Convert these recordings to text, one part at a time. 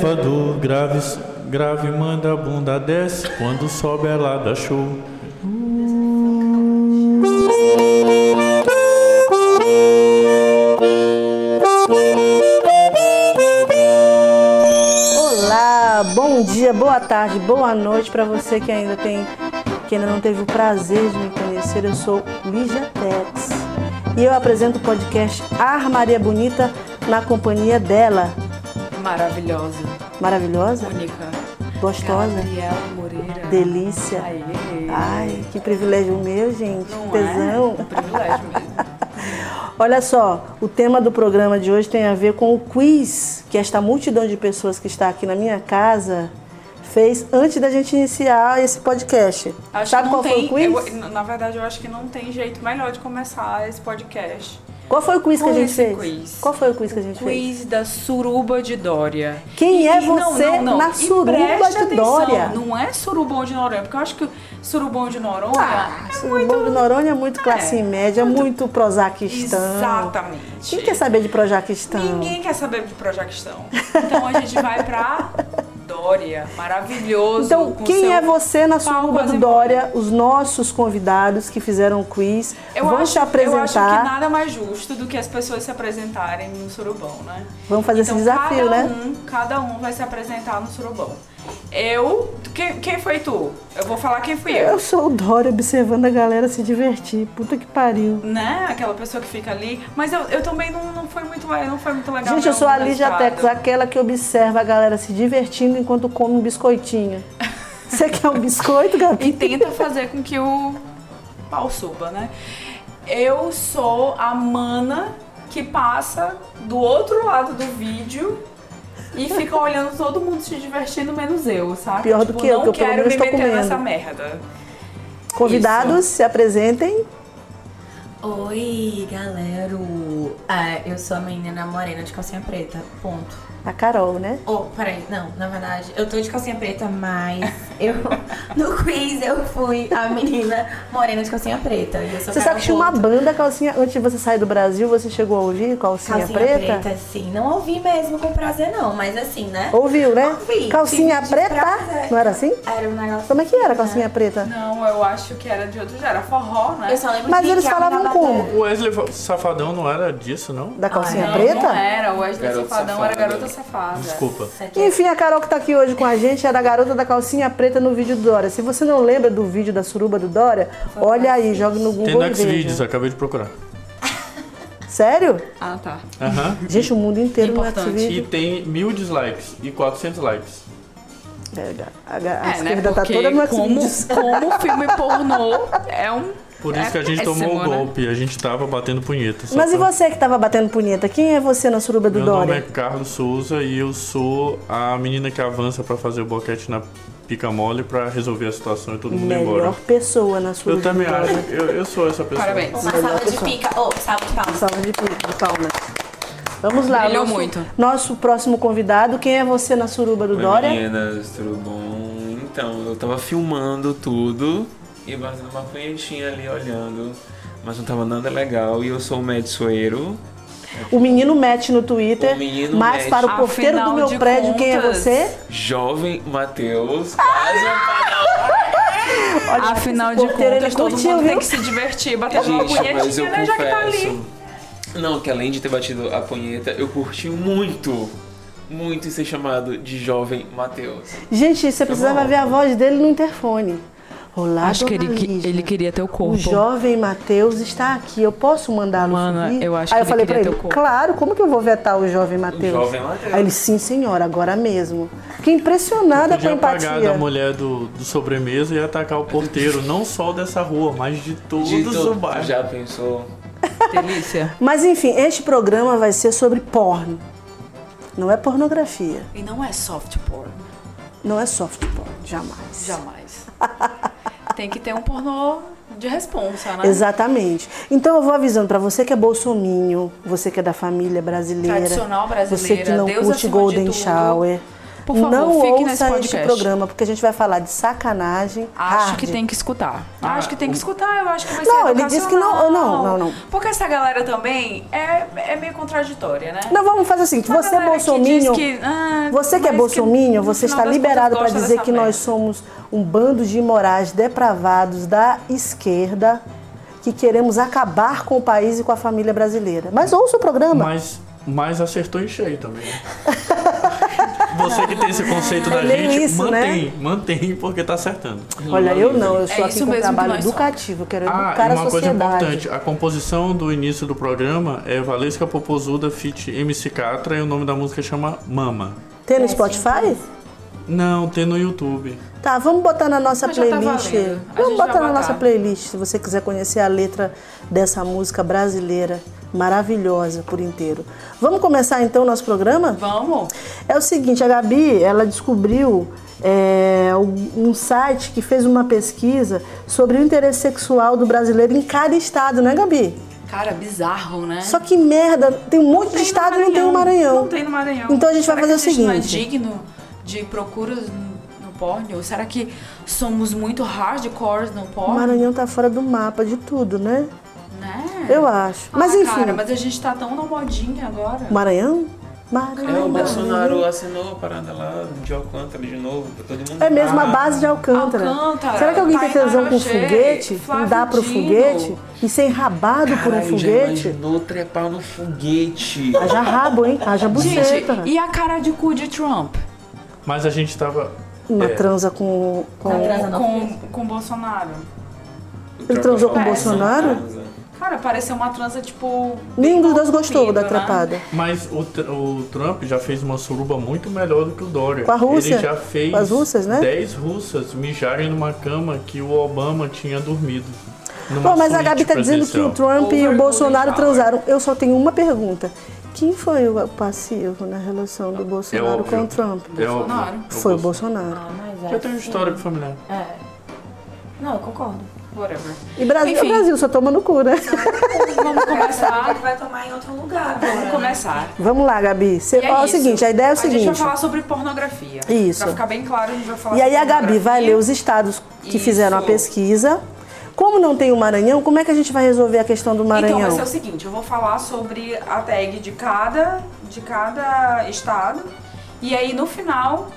Quando grave, grave manda a bunda desce, quando sobe ela dá show. Olá, bom dia, boa tarde, boa noite para você que ainda tem que ainda não teve o prazer de me conhecer. Eu sou Lígia Tex e eu apresento o podcast Armaria Bonita na companhia dela, Maravilhosa, maravilhosa, única. gostosa, Gabriela Moreira. delícia. Aê. Ai, que privilégio meu, gente, Não que é? tesão. Um privilégio mesmo. Olha só, o tema do programa de hoje tem a ver com o quiz que esta multidão de pessoas que está aqui na minha casa fez antes da gente iniciar esse podcast. Acho Sabe que qual não foi o tem, quiz? eu- na verdade, eu acho que não tem jeito melhor de começar esse podcast. Qual foi o quiz que a Qual gente esse fez? quiz? Qual foi o quiz que a gente fez? Quiz da Suruba de Dória. Quem é você na E Suruba preste de atenção, Dória? Não é Surubão de Noronha, porque eu acho que Surubão de Noronha é O Ah, mundo de Noronha é muito classe média, muito prozaquistão. Exatamente. Quem é quer saber de prozaquistão? Ninguém quer saber de Projactão. Então a gente vai pra Dória. Maravilhoso. Então, com quem seu- é você na sua palco Suruba do exemplar. Dória? Os nossos convidados que fizeram o quiz Eu vão acho, te apresentar. Eu acho que nada mais justo do que as pessoas se apresentarem no surubão, né? Vamos fazer esse Então, desafio, cada né? Um, cada um vai se apresentar no surubão. Eu. Quem, quem foi tu? Eu vou falar quem fui eu. Eu sou o Dória observando a galera se divertir. Puta que pariu. Né? Aquela pessoa que fica ali. Mas eu, eu também não, não foi muito, não foi muito legal. Gente, eu não, sou a no Lígia resultado. Tex, aquela que observa a galera se divertindo enquanto come um biscoitinho. Você quer um biscoito, Gabi? e tenta fazer com que o pau suba, né? Eu sou a mana que passa do outro lado do vídeo e fica olhando todo mundo se divertindo, menos eu, sabe? Tipo, Pior do que eu, não que eu pelo quero menos me tô meter comendo. nessa merda. Convidados, se apresentem. Oi, galera! Ah, eu sou a menina morena de calcinha preta, ponto. A Carol, né? Oh, peraí, não, na verdade, eu tô de calcinha preta, mas eu no quiz eu fui a menina morena de calcinha preta. E eu sou Você sabe que tinha Carol uma Porto. banda calcinha. Antes de você sair do Brasil, você chegou a ouvir calcinha, calcinha preta? preta? sim. Não ouvi mesmo com prazer, não, mas assim, né? Ouviu, né? Ouvi. Calcinha Tive de preta? prazer. Não era assim? Era um negócio. Como é que era a calcinha preta? Não, eu acho que era de outro já, era forró, né? Eu só lembro Mas de eles que a falavam Ana como? Bárbara- O Wesley Safadão não era disso, não? Ah, Da calcinha não, preta? Não era, o Wesley Garota Safadão safada. era garota safada. Desculpa. Isso aqui é Enfim, a Carol que tá aqui hoje com a gente era a garota da calcinha preta no vídeo do Dória. Se você não lembra do vídeo da suruba do Dória, olha aí, joga no Tem Google e no Xvideos, veja. acabei de procurar. Sério? Ah, tá. Aham. Gente, o mundo inteiro no Importante. E Xvideos. tem mil dislikes e 400 likes. É, A, a, a é, né? esquerda tá Porque toda no como, Xvideos. como filme pornô é um. Por isso é que a gente tomou péssimo, o né? golpe, a gente tava batendo punheta. só Mas e tá- pra- você que tava batendo punheta? Quem é você na suruba do Meu nome é Dória? Carlos Souza e eu sou a menina que avança pra fazer o boquete na pica mole pra resolver a situação e todo mundo ir embora. Melhor pessoa na suruba Eu também do Dória. acho, eu, eu sou essa pessoa. Parabéns. Uma Melhor salva de pessoa. pica. Oh, salva de palmas. Salva de pi- de palmas. Vamos lá. Brilhou nosso, muito. Nosso próximo convidado, quem é você na suruba do Oi, Dória? meninas, tudo bom? Então, eu tava filmando tudo e batendo uma punhetinha ali olhando, mas não tava nada legal e eu sou o Med Soeiro. O menino mete no Twitter, O menino mas mete. para o porteiro Afinal do meu de prédio, quem é contas, você? Jovem Matheus, quase Ah! um Olha, Afinal esse de porteiro, contas, ele todo curtiu, mundo viu? tem que se divertir, bater pau. uma Gente, mas eu punhetinha, né, já que tá ali. confesso. Não, que além de ter batido a punheta, eu curti muito, muito ser chamado de Jovem Matheus. Gente, você precisava Tá bom. ver a voz dele no interfone. Olá, Acho que dona ele que- Lígia. ele queria teu corpo. O jovem Matheus está aqui. Eu posso mandá-lo Mana, subir? eu acho Aí que eu ele falei pra ele, queria teu corpo. claro, como que eu vou vetar o jovem Matheus? jovem Matheus. Aí ele, sim, senhora, agora mesmo. Fiquei impressionada com a Podia apagar empatia. da mulher do, do sobremesa e atacar o porteiro, não só dessa rua, mas de todos De o todo- bairro. Já pensou? Delícia. Mas enfim, este programa vai ser sobre porno. Não é pornografia. E não é soft porn, Não é soft porn, jamais. jamais. Tem que ter um pornô de responsa, né? Exatamente. Então eu vou avisando pra você que é bolsominho, você que é da família brasileira, Tradicional brasileira, você que não Deus curte acima de Golden tudo. Shower, Por favor, não fique nesse ouça este podcast. programa, porque a gente vai falar de sacanagem. Acho hard. que tem que escutar. Ah, acho que tem o- que escutar, eu acho que vai ser Não, ele disse que não- educacional. não, não, não. Porque essa galera também é, é meio contraditória, né? Não, vamos fazer assim, Essa você é galera que diz bolsominion, que, ah, Você que é mas bolsominion, no você final está das liberado para contas gosta dizer dessa que nós merda. somos um bando de imorais depravados da esquerda que queremos acabar com o país e com a família brasileira. Mas ouça o programa. Mas, mas acertou em cheio também. né? Você que tem esse conceito da Eu leio gente, É isso, né? mantém, mantém, porque tá acertando. Olha, eu não, eu sou É aqui com isso um mesmo que trabalho nós somos. educativo, eu quero Ah, educar e a uma coisa É um sociedade. importante, a composição do início do programa é Valesca Popozuda feat MC Catra e o nome da música chama Mama. Tem no É, sim, Spotify? Não, tem no YouTube. Tá, vamos botar na nossa Mas já tá playlist. valendo. A vamos gente vai botar na botar. nossa playlist, se você quiser conhecer a letra dessa música brasileira maravilhosa por inteiro. Vamos começar então o nosso programa? Vamos? É o seguinte, a Gabi, ela descobriu é, um um site que fez uma pesquisa sobre o interesse sexual do brasileiro em cada estado, né, Gabi? Cara, bizarro, né? Só que merda, tem um monte Não de tem estado e no não tem o Maranhão. Não tem no Maranhão. Então a gente vai Será fazer que o A seguinte. gente não é digno de procuras no no porn? Ou será que somos muito hardcore no O porn? Maranhão tá fora do mapa de tudo, né? Né? Eu acho. Ah, mas enfim, Cara, mas a gente tá tão na modinha agora. Maranhão? É, o Maranhão. Bolsonaro assinou a parada lá de Alcântara de novo, pra todo mundo. É mesmo a Ah, base de Alcântara. Alcântara, Tá Será que alguém tem Tainara tesão com Rocher, foguete? Não Flávio dá pro Dino. foguete? E ser enrabado por um caralho, já foguete? imaginou trepar no foguete. Haja rabo, hein? Haja Gente, buceta. e a cara de cu de Trump Mas a gente tava. Uma É. transa com. com- Uma transa. não com, com Bolsonaro? O Ele Trump transou com o parece uma Bolsonaro? transa. Cara, pareceu uma transa, tipo... Nenhum dos dois gostou Comigo, da né? trepada. Mas o, Tr- o Trump já fez uma suruba muito melhor do que o Dória. Com a Rússia? Ele já fez Com as russas, né? 10 russas mijarem numa cama que o Obama tinha dormido. numa Bom, mas a suíte Gabi tá dizendo que o presidencial. Trump e o Overruling Bolsonaro power. transaram. Eu só tenho uma pergunta. Quem foi o passivo na relação do Bolsonaro óbvio. com o Trump? É óbvio. Bolsonaro. Foi o Bolsonaro. Bolsonaro. Ah, mas é. Eu tenho um histórico familiar. É. Não, eu concordo. Whatever. E Brasil, Enfim. o Brasil só toma no cu, né? Vamos começar. vai tomar em outro lugar. né? Vamos começar. Vamos lá, Gabi. Cê- E ó, é o isso. seguinte, a ideia é o A gente vai seguinte. falar sobre pornografia. Isso. Pra ficar bem claro, a gente vai falar E aí a sobre Gabi vai pornografia. ler os estados que Isso. fizeram a pesquisa. Como não tem o Maranhão, como é que a gente vai resolver a questão do Então vai Maranhão? ser o seguinte, eu vou falar sobre a tag de cada, de cada estado e aí no final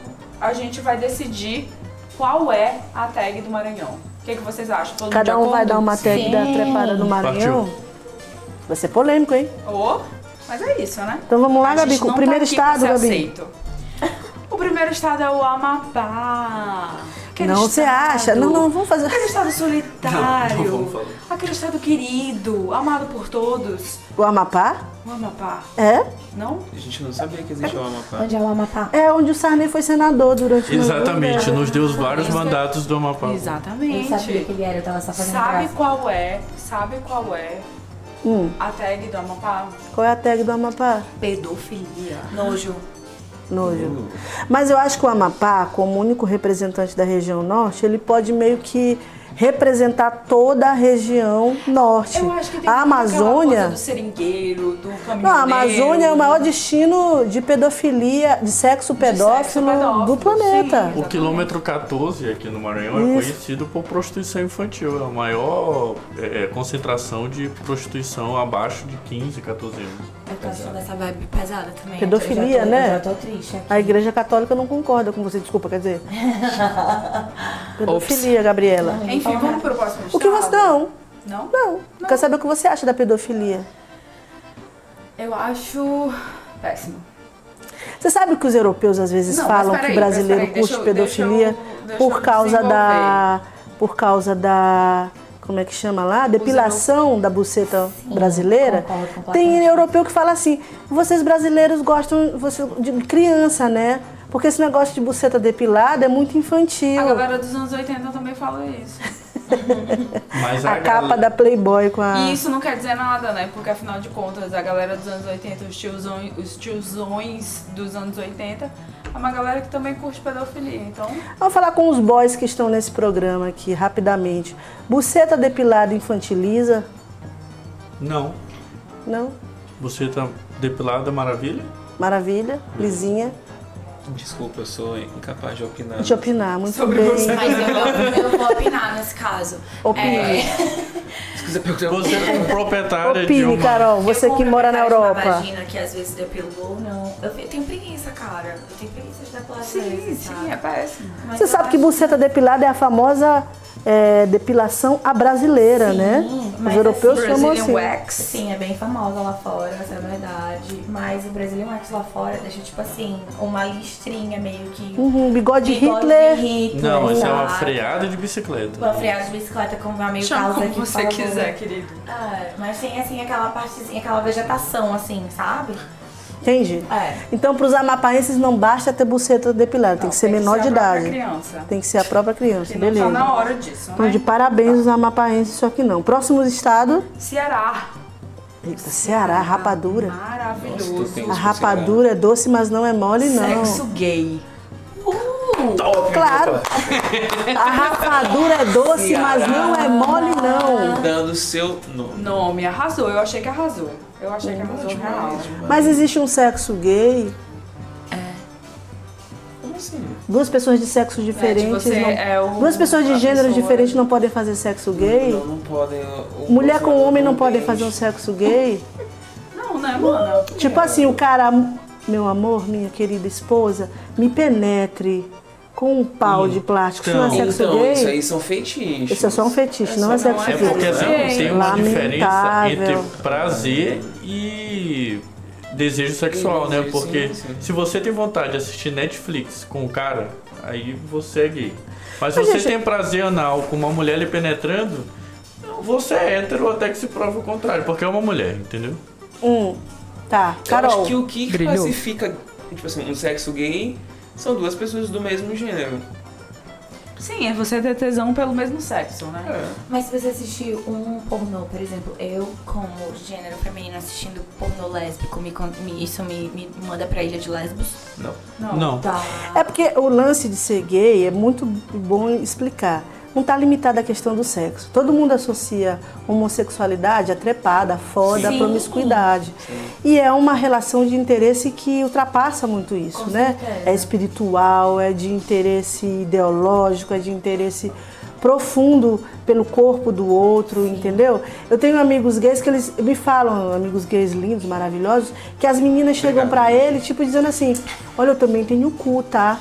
a gente vai decidir qual é a tag do Maranhão. O que, que vocês acham? Todo Cada mundo de um vai dar acordo? uma tag da Sim. trepada no Maranhão? Vai ser polêmico, hein? Ô, mas é isso, né? Então vamos lá, A Gabi, gente com o não primeiro tá aqui pra estado, ser Gabi. aceito. O primeiro estado é o Amapá. Aquele não, você estado- acha? Não, não, vamos fazer. Aquele estado solitário. Não, não vamos falar. aquele estado querido, amado por todos. O Amapá? O Amapá, É? não? A gente não sabia que existia o Amapá. Onde é o Amapá? É onde o Sarney foi senador durante o Exatamente, governo nos deu os vários Isso é- mandatos do Amapá. Eu Exatamente. sabia que ele era, eu tava só fazendo Sabe graça. qual é? Sabe qual é dele. Hum, a tag do Amapá? qual é a tag do Amapá? Pedofilia. Nojo. Nojo. Mas eu acho que o Amapá, como único representante da região norte, ele pode meio que representar toda a região norte. Eu acho que tem a aquela Amazônia. coisa do seringueiro, do caminhoneiro. Não, a Amazônia é o maior destino de pedofilia, de sexo pedófilo, pedófilo, do planeta. O quilômetro 14 aqui no Maranhão Isso. é conhecido por prostituição infantil. É a maior é, concentração de prostituição abaixo de 15, 14 anos. Eu tô achando essa vibe pesada também. Pedofilia, Eu já tô- né? Eu já tô triste aqui. A Igreja Católica não concorda com você, desculpa, quer dizer. pedofilia, Gabriela. Enfim, vamos pro próximo estado. O que você. Não, Não? não. Eu Quero saber o que você acha da pedofilia. Eu acho péssimo. Você sabe que os europeus às vezes Não, mas falam peraí, que o brasileiro mas peraí, curte deixa eu- pedofilia deixa eu- deixa por eu causa da. Por causa da. Como é que chama lá? Depilação da buceta brasileira. concordo completamente. Tem europeu que fala assim: vocês brasileiros gostam você, de criança, né? Porque esse negócio de buceta depilada é muito infantil. A A, galera dos anos 80 também fala isso. Mas capa da Playboy com a. E isso não quer dizer nada, né? Porque afinal de contas, a galera dos anos 80, os tiozões, os tiozões dos anos 80, é uma galera que também curte pedofilia. Então, Vamos falar com os boys que estão nesse programa aqui, rapidamente. Buceta depilada infantiliza? Não. Não? Você tá depilada, maravilha? Maravilha, lisinha. Desculpa, eu sou incapaz de opinar. De opinar, muito Sobre bem. você. Mas eu vou, eu vou opinar nesse caso. Então, Opine. É, Se quiser perguntar- Você como proprietária de Opine, uma... Carol, você eu vou que mora na aproveitar essa Europa. Vagina que às vezes depilou ou não. Eu fe- tenho preguiça, cara. Eu tenho preguiça de depilar às Sim, vezes, sim, sabe? é péssimo. Mas Você eu sabe que acho- buceta depilada é a famosa é, depilação à brasileira, Sim, né? Os mas europeus assim, chamam assim. Brazilian Wax. Sim, é bem famosa lá fora, essa é a verdade. Mas o Brazilian Wax lá fora deixa, tipo assim, uma listrinha meio que... Uhum, bigode de bigode Hitler. de Hitler, Não, isso é uma sabe? freada de bicicleta. Uma freada de bicicleta com uma meio Chama calça como aqui, por você favor. quiser, querido. Ah, mas tem assim aquela partezinha, aquela vegetação assim, sabe? Entendi. É. Então, para os amapaenses, não basta ter buceta depilada, tem que ser Tem menor a de própria idade. criança. Tem que ser a própria criança, Que não beleza. tá na hora disso, Então, né? de parabéns os amapaenses, só que não. Próximo estado, Ceará. eita, Ceará, rapadura. Nossa, tu Maravilhoso. tem A rapadura é doce, mas não é mole, não. Sexo gay. Uh! Top, Claro. A rapadura é doce, mas não é mole, não. tá Dando seu nome. Nome, arrasou. Eu achei que arrasou. Eu achei que arrasou é real. Né, tipo Mas existe um sexo gay, Como assim? duas pessoas de sexos Né, diferentes. você não- é o- né? Duas pessoas de a gênero pessoa- né? diferentes não podem fazer sexo gay? Não, não podem. o- o Mulher com Bolsonaro é homem não podem tem fazer um isso. sexo gay? Não, né, mana? Tipo É. assim, o cara, meu amor, minha querida esposa, me penetre com um Uhum. pau de plástico. Então, isso não é sexo Então, gay? isso aí são feitiços. Isso é só um fetiche, não é Isso não sexo É é gay. porque assim, tem uma Lamentável. diferença entre prazer e desejo sexual, né? Sim, Porque sim. se você tem vontade de assistir Netflix com o cara, aí você é gay. Mas se Mas, você gente- tem prazer anal com uma mulher lhe penetrando, não, você é hétero até que se prova o contrário, porque é uma mulher, entendeu? Hum, tá. Eu Carol, acho que o que Brilhou. classifica, tipo assim, um sexo gay são duas pessoas do mesmo gênero. Sim, é você ter tesão pelo mesmo sexo, né? É. Mas se você assistir um pornô, por exemplo, eu como gênero feminino assistindo pornô lésbico, me con- me- isso me, me manda pra ilha de lesbos. Não. Não. Tá. é porque o lance de ser gay é muito bom explicar. Não tá limitado à questão do sexo. Todo mundo associa homossexualidade à trepada, à foda, à Sim. promiscuidade. E é uma relação de interesse que ultrapassa muito isso, Com né? certeza. É espiritual, é de interesse ideológico, é de interesse profundo pelo corpo do outro, entendeu? Eu tenho amigos gays que eles me falam, amigos gays lindos, maravilhosos, que as meninas chegam pra ele, tipo, dizendo assim: "Olha, eu também tenho cu, tá?"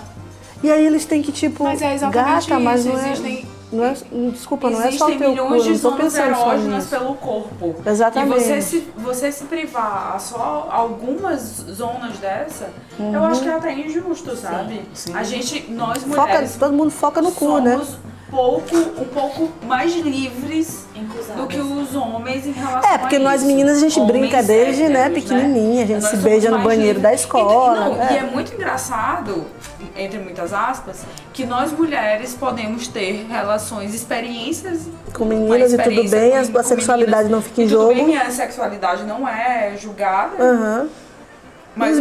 E aí eles têm que tipo, Mas é exatamente gata, mas isso, não é, existem- não é, desculpa, não é só o Existem teu cu, eu milhões de não tô zonas pensando só erógenas nisso. pelo corpo. Exatamente. E você se, você se privar a só algumas zonas dessa, eu acho que é até injusto, sabe? sim. A gente, nós Uhum. Foca, mulheres, todo mundo foca no cu, né? somos pouco, um pouco mais livres É. Inclusive. do que os homens em relação É, porque a nós isso. meninas a gente Homens brinca desde, né, héteros, pequenininha, a gente Nós se somos beija no mais banheiro da livres. escola, E, não, é. e é muito engraçado, entre muitas aspas, que nós mulheres podemos ter relações, experiências Com meninas e é uma tudo experiência bem, com- a- a com sexualidade não fica em e tudo jogo. bem que a sexualidade não é julgada, Aham. mas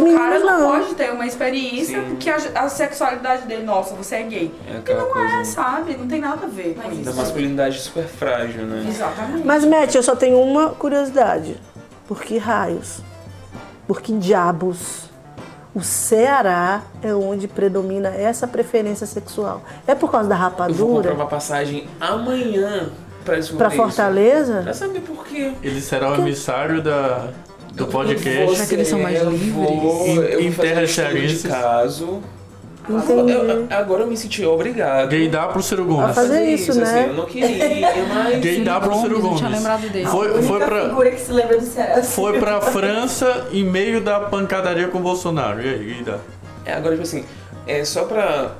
Os o cara meninos não, não. pode ter uma experiência Sim. porque a, a sexualidade dele, nossa, você é gay. É aquela coisa É, sabe? Não tem nada a ver com Mas da isso. é masculinidade super frágil, né? Exatamente. Mas, Matt, eu só tenho uma curiosidade. Por que raios? Por que diabos? O Ceará é onde predomina essa preferência sexual. É por causa da Eu vou comprar rapadura? uma passagem amanhã pra descobrir Pra isso. Fortaleza? Pra saber por quê. Ele será o emissário da, do Você, podcast. Será que eles são mais eu livres? Vou, Em- eu em vou fazer um terras estudo de cearenses? caso. Entendi. Eu- agora eu me senti obrigado. Gay dá pro Ciro a Gomes. fazer isso, né? assim, eu não queria, mas... Gay dá pro Ciro Gomes, eu Gomes. tinha lembrado dele. Foi, foi A pra... figura que se lembra do é Ceará. Foi pra França em meio da pancadaria com o Bolsonaro. E aí, Guida? É, agora, tipo assim, é só pra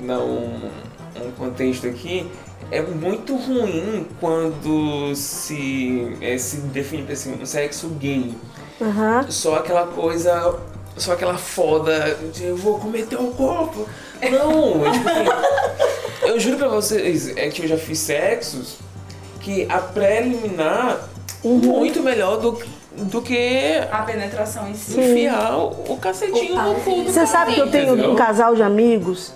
dar um, um contexto aqui, é muito ruim quando se, é, se define assim, um sexo gay. Aham. Só aquela coisa. Só aquela foda de eu vou comer teu corpo. Não, é tipo assim, eu juro pra vocês, é que eu já fiz sexos que a preliminar muito melhor do, do que A penetração em si. enfiar o, o cacetinho Opa. no cu do Você sabe que eu tenho Entendeu? um casal de amigos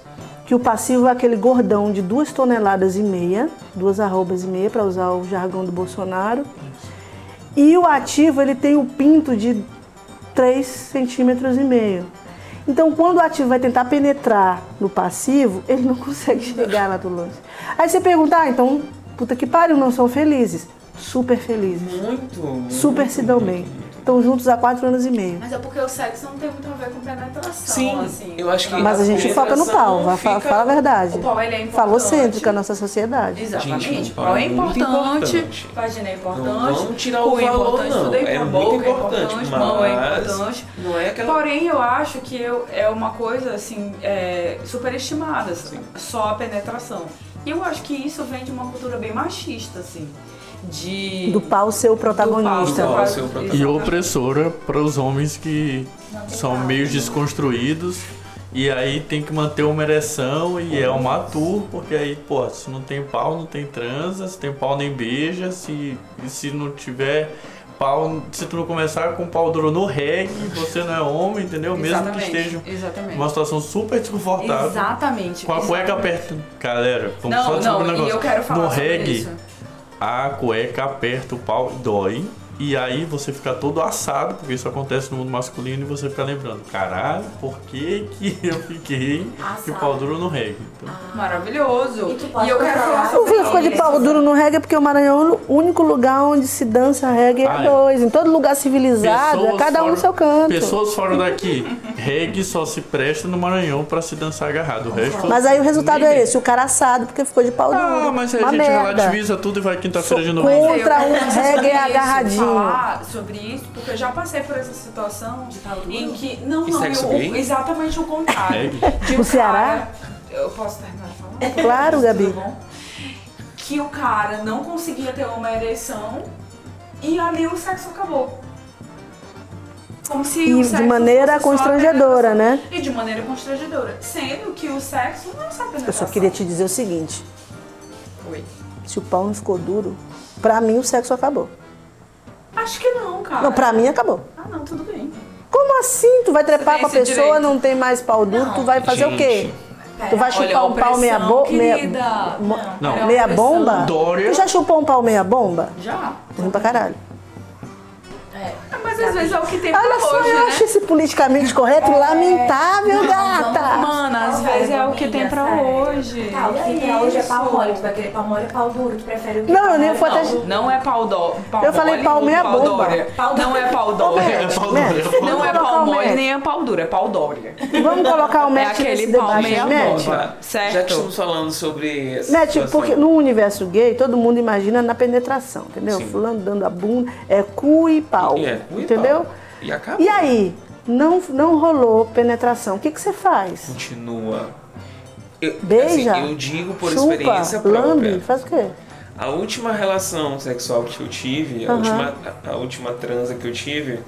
que o passivo é aquele gordão de duas toneladas e meia, duas arrobas e meia, para usar o jargão do Bolsonaro. E o ativo, ele tem o pinto de 3 centímetros e meio. Então, quando o ativo vai tentar penetrar no passivo, ele não consegue chegar lá do lance. Aí você pergunta, ah, então, puta que pariu, não são felizes. Super felizes. Muito, muito. Super se dão bem. Estão juntos há quatro anos e meio. Mas é porque o sexo não tem muito a ver com penetração, Sim, assim. eu acho que- Mas a gente foca no pau, vai, fala, fala a verdade. O pau, ele é importante. Falocêntrica né? a nossa sociedade. Exatamente. Gente, um o pau é muito importante, importante. vagina é importante. Não vamos tirar o cu é valor, importante, não. Tudo é, É importante, muito boca é importante, importante, mão é mas- importante. Não é aquela. Porém, eu acho que eu- é uma coisa, assim, é, superestimada, assim, só a penetração. E eu acho que isso vem de uma cultura bem machista, assim, de... Do pau ser o protagonista. Do pau ser o E protagonista. opressora para os homens que Não tem são nada. meio desconstruídos e aí tem que manter uma ereção e é uma tour, porque aí, pô, se não tem pau, não tem transa, se tem pau nem beija, se, e se não tiver pau, se tu não começar com pau duro no reggae, você não é homem, entendeu? Mesmo que Exatamente, esteja Exatamente. numa situação super desconfortável. Exatamente. Com a cueca exatamente. aperta. Galera, vamos só Não, descobrir um não, negócio. e eu quero falar no sobre reggae, isso. a cueca aperta o pau e dói. E aí você fica todo assado, porque isso acontece no mundo masculino, e você fica lembrando, caralho, por que, que eu fiquei de Assado. pau duro no reggae? Então, Ah. Maravilhoso. E tu pode eu quero falar falar sobre O sobre Rio ficou de isso. pau duro no reggae porque o Maranhão é o único lugar onde se dança reggae é Ah, a é. dois. Em todo lugar civilizado, é pessoas cada um no fora- seu canto. Pessoas fora daqui. reggae só se presta no Maranhão pra se dançar agarrado. O resto. Mas aí o resultado é ninguém. esse, o cara assado porque ficou de pau duro. Ah, mas aí a Uma gente merda. relativiza tudo e vai quinta-feira de novo. Socorro. Mas eu Contra quero um falar reggae sobre isso, agarradinho. falar sobre isso, porque eu já passei por essa situação de tal em que não, E não, sexo eu- gay? É. exatamente o contrário. Reggae? De um No Ceará? cara- eu posso terminar de falar? Claro, Tudo Gabi. bom? Que o cara não conseguia ter uma ereção e ali o sexo acabou. Como se o E sexo de maneira fosse só a constrangedora, penetração. né? E de maneira constrangedora, sendo que o sexo não é só penetração. Eu só queria te dizer o seguinte: Oi. se o pau não ficou duro, pra mim o sexo acabou. Acho que não, cara. Não, pra mim acabou. Ah, não, tudo bem. Como assim? Tu vai trepar tem com a esse pessoa, direito. não tem mais pau duro, tu vai fazer o quê? gente. Tu vai Olha, é chupar um pau opressão, meia bomba? querida. Meia, mo- Não. é meia opressão. bomba? Dória. Tu já chupou um pau meia bomba? Já. Ruim pra caralho. Ah, Mas às vezes é o que tem pra Olha só, hoje, eu né? É. acho esse politicamente correto lamentável, gata. Mano, às vezes é o que tem pra Sério. hoje. Tá, o que tem É hoje é pau isso. mole. Tu vai querer pau mole ou pau duro? Tu prefere o que? Não, eu nem vou até. Não, não é pau dó. pau Eu falei mole pau ou meia bomba. dória. Pau- Não é pau dória. É pau duro, é pau Não Vamos é pau colocar o mole, match. nem é pau dura, é pau dória. Vamos colocar o É match nesse aquele pau debate, meia né, Match? bomba. Já que Certo? estamos falando sobre essa Né, tipo, situação, porque no universo gay, todo mundo imagina na penetração, entendeu? Sim. Fulano dando a bunda, é cu e pau, E é cu e entendeu? pau. E acaba. E aí, não, não rolou penetração, o que que você faz? Continua. Eu, Beija? assim, eu digo por Chupa, experiência própria. lambe, faz o quê? A última relação sexual que eu tive, a, Aham. última, a, a última transa que eu tive,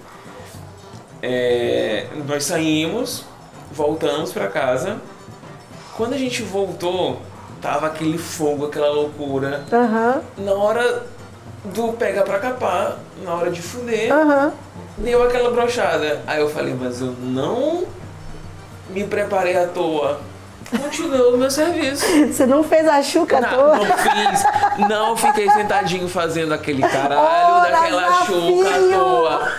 é, nós saímos, voltamos pra casa. Quando a gente voltou, tava aquele fogo, aquela loucura. Aham, Na hora do pegar pra capar, na hora de fuder, aham. deu aquela brochada. Aí eu falei, mas eu não me preparei à toa. Continuou o meu serviço. Você não fez a chuca à Não, toa? não fiz. Não fiquei sentadinho fazendo aquele caralho Ô, daquela Nazafinho! chuca à toa.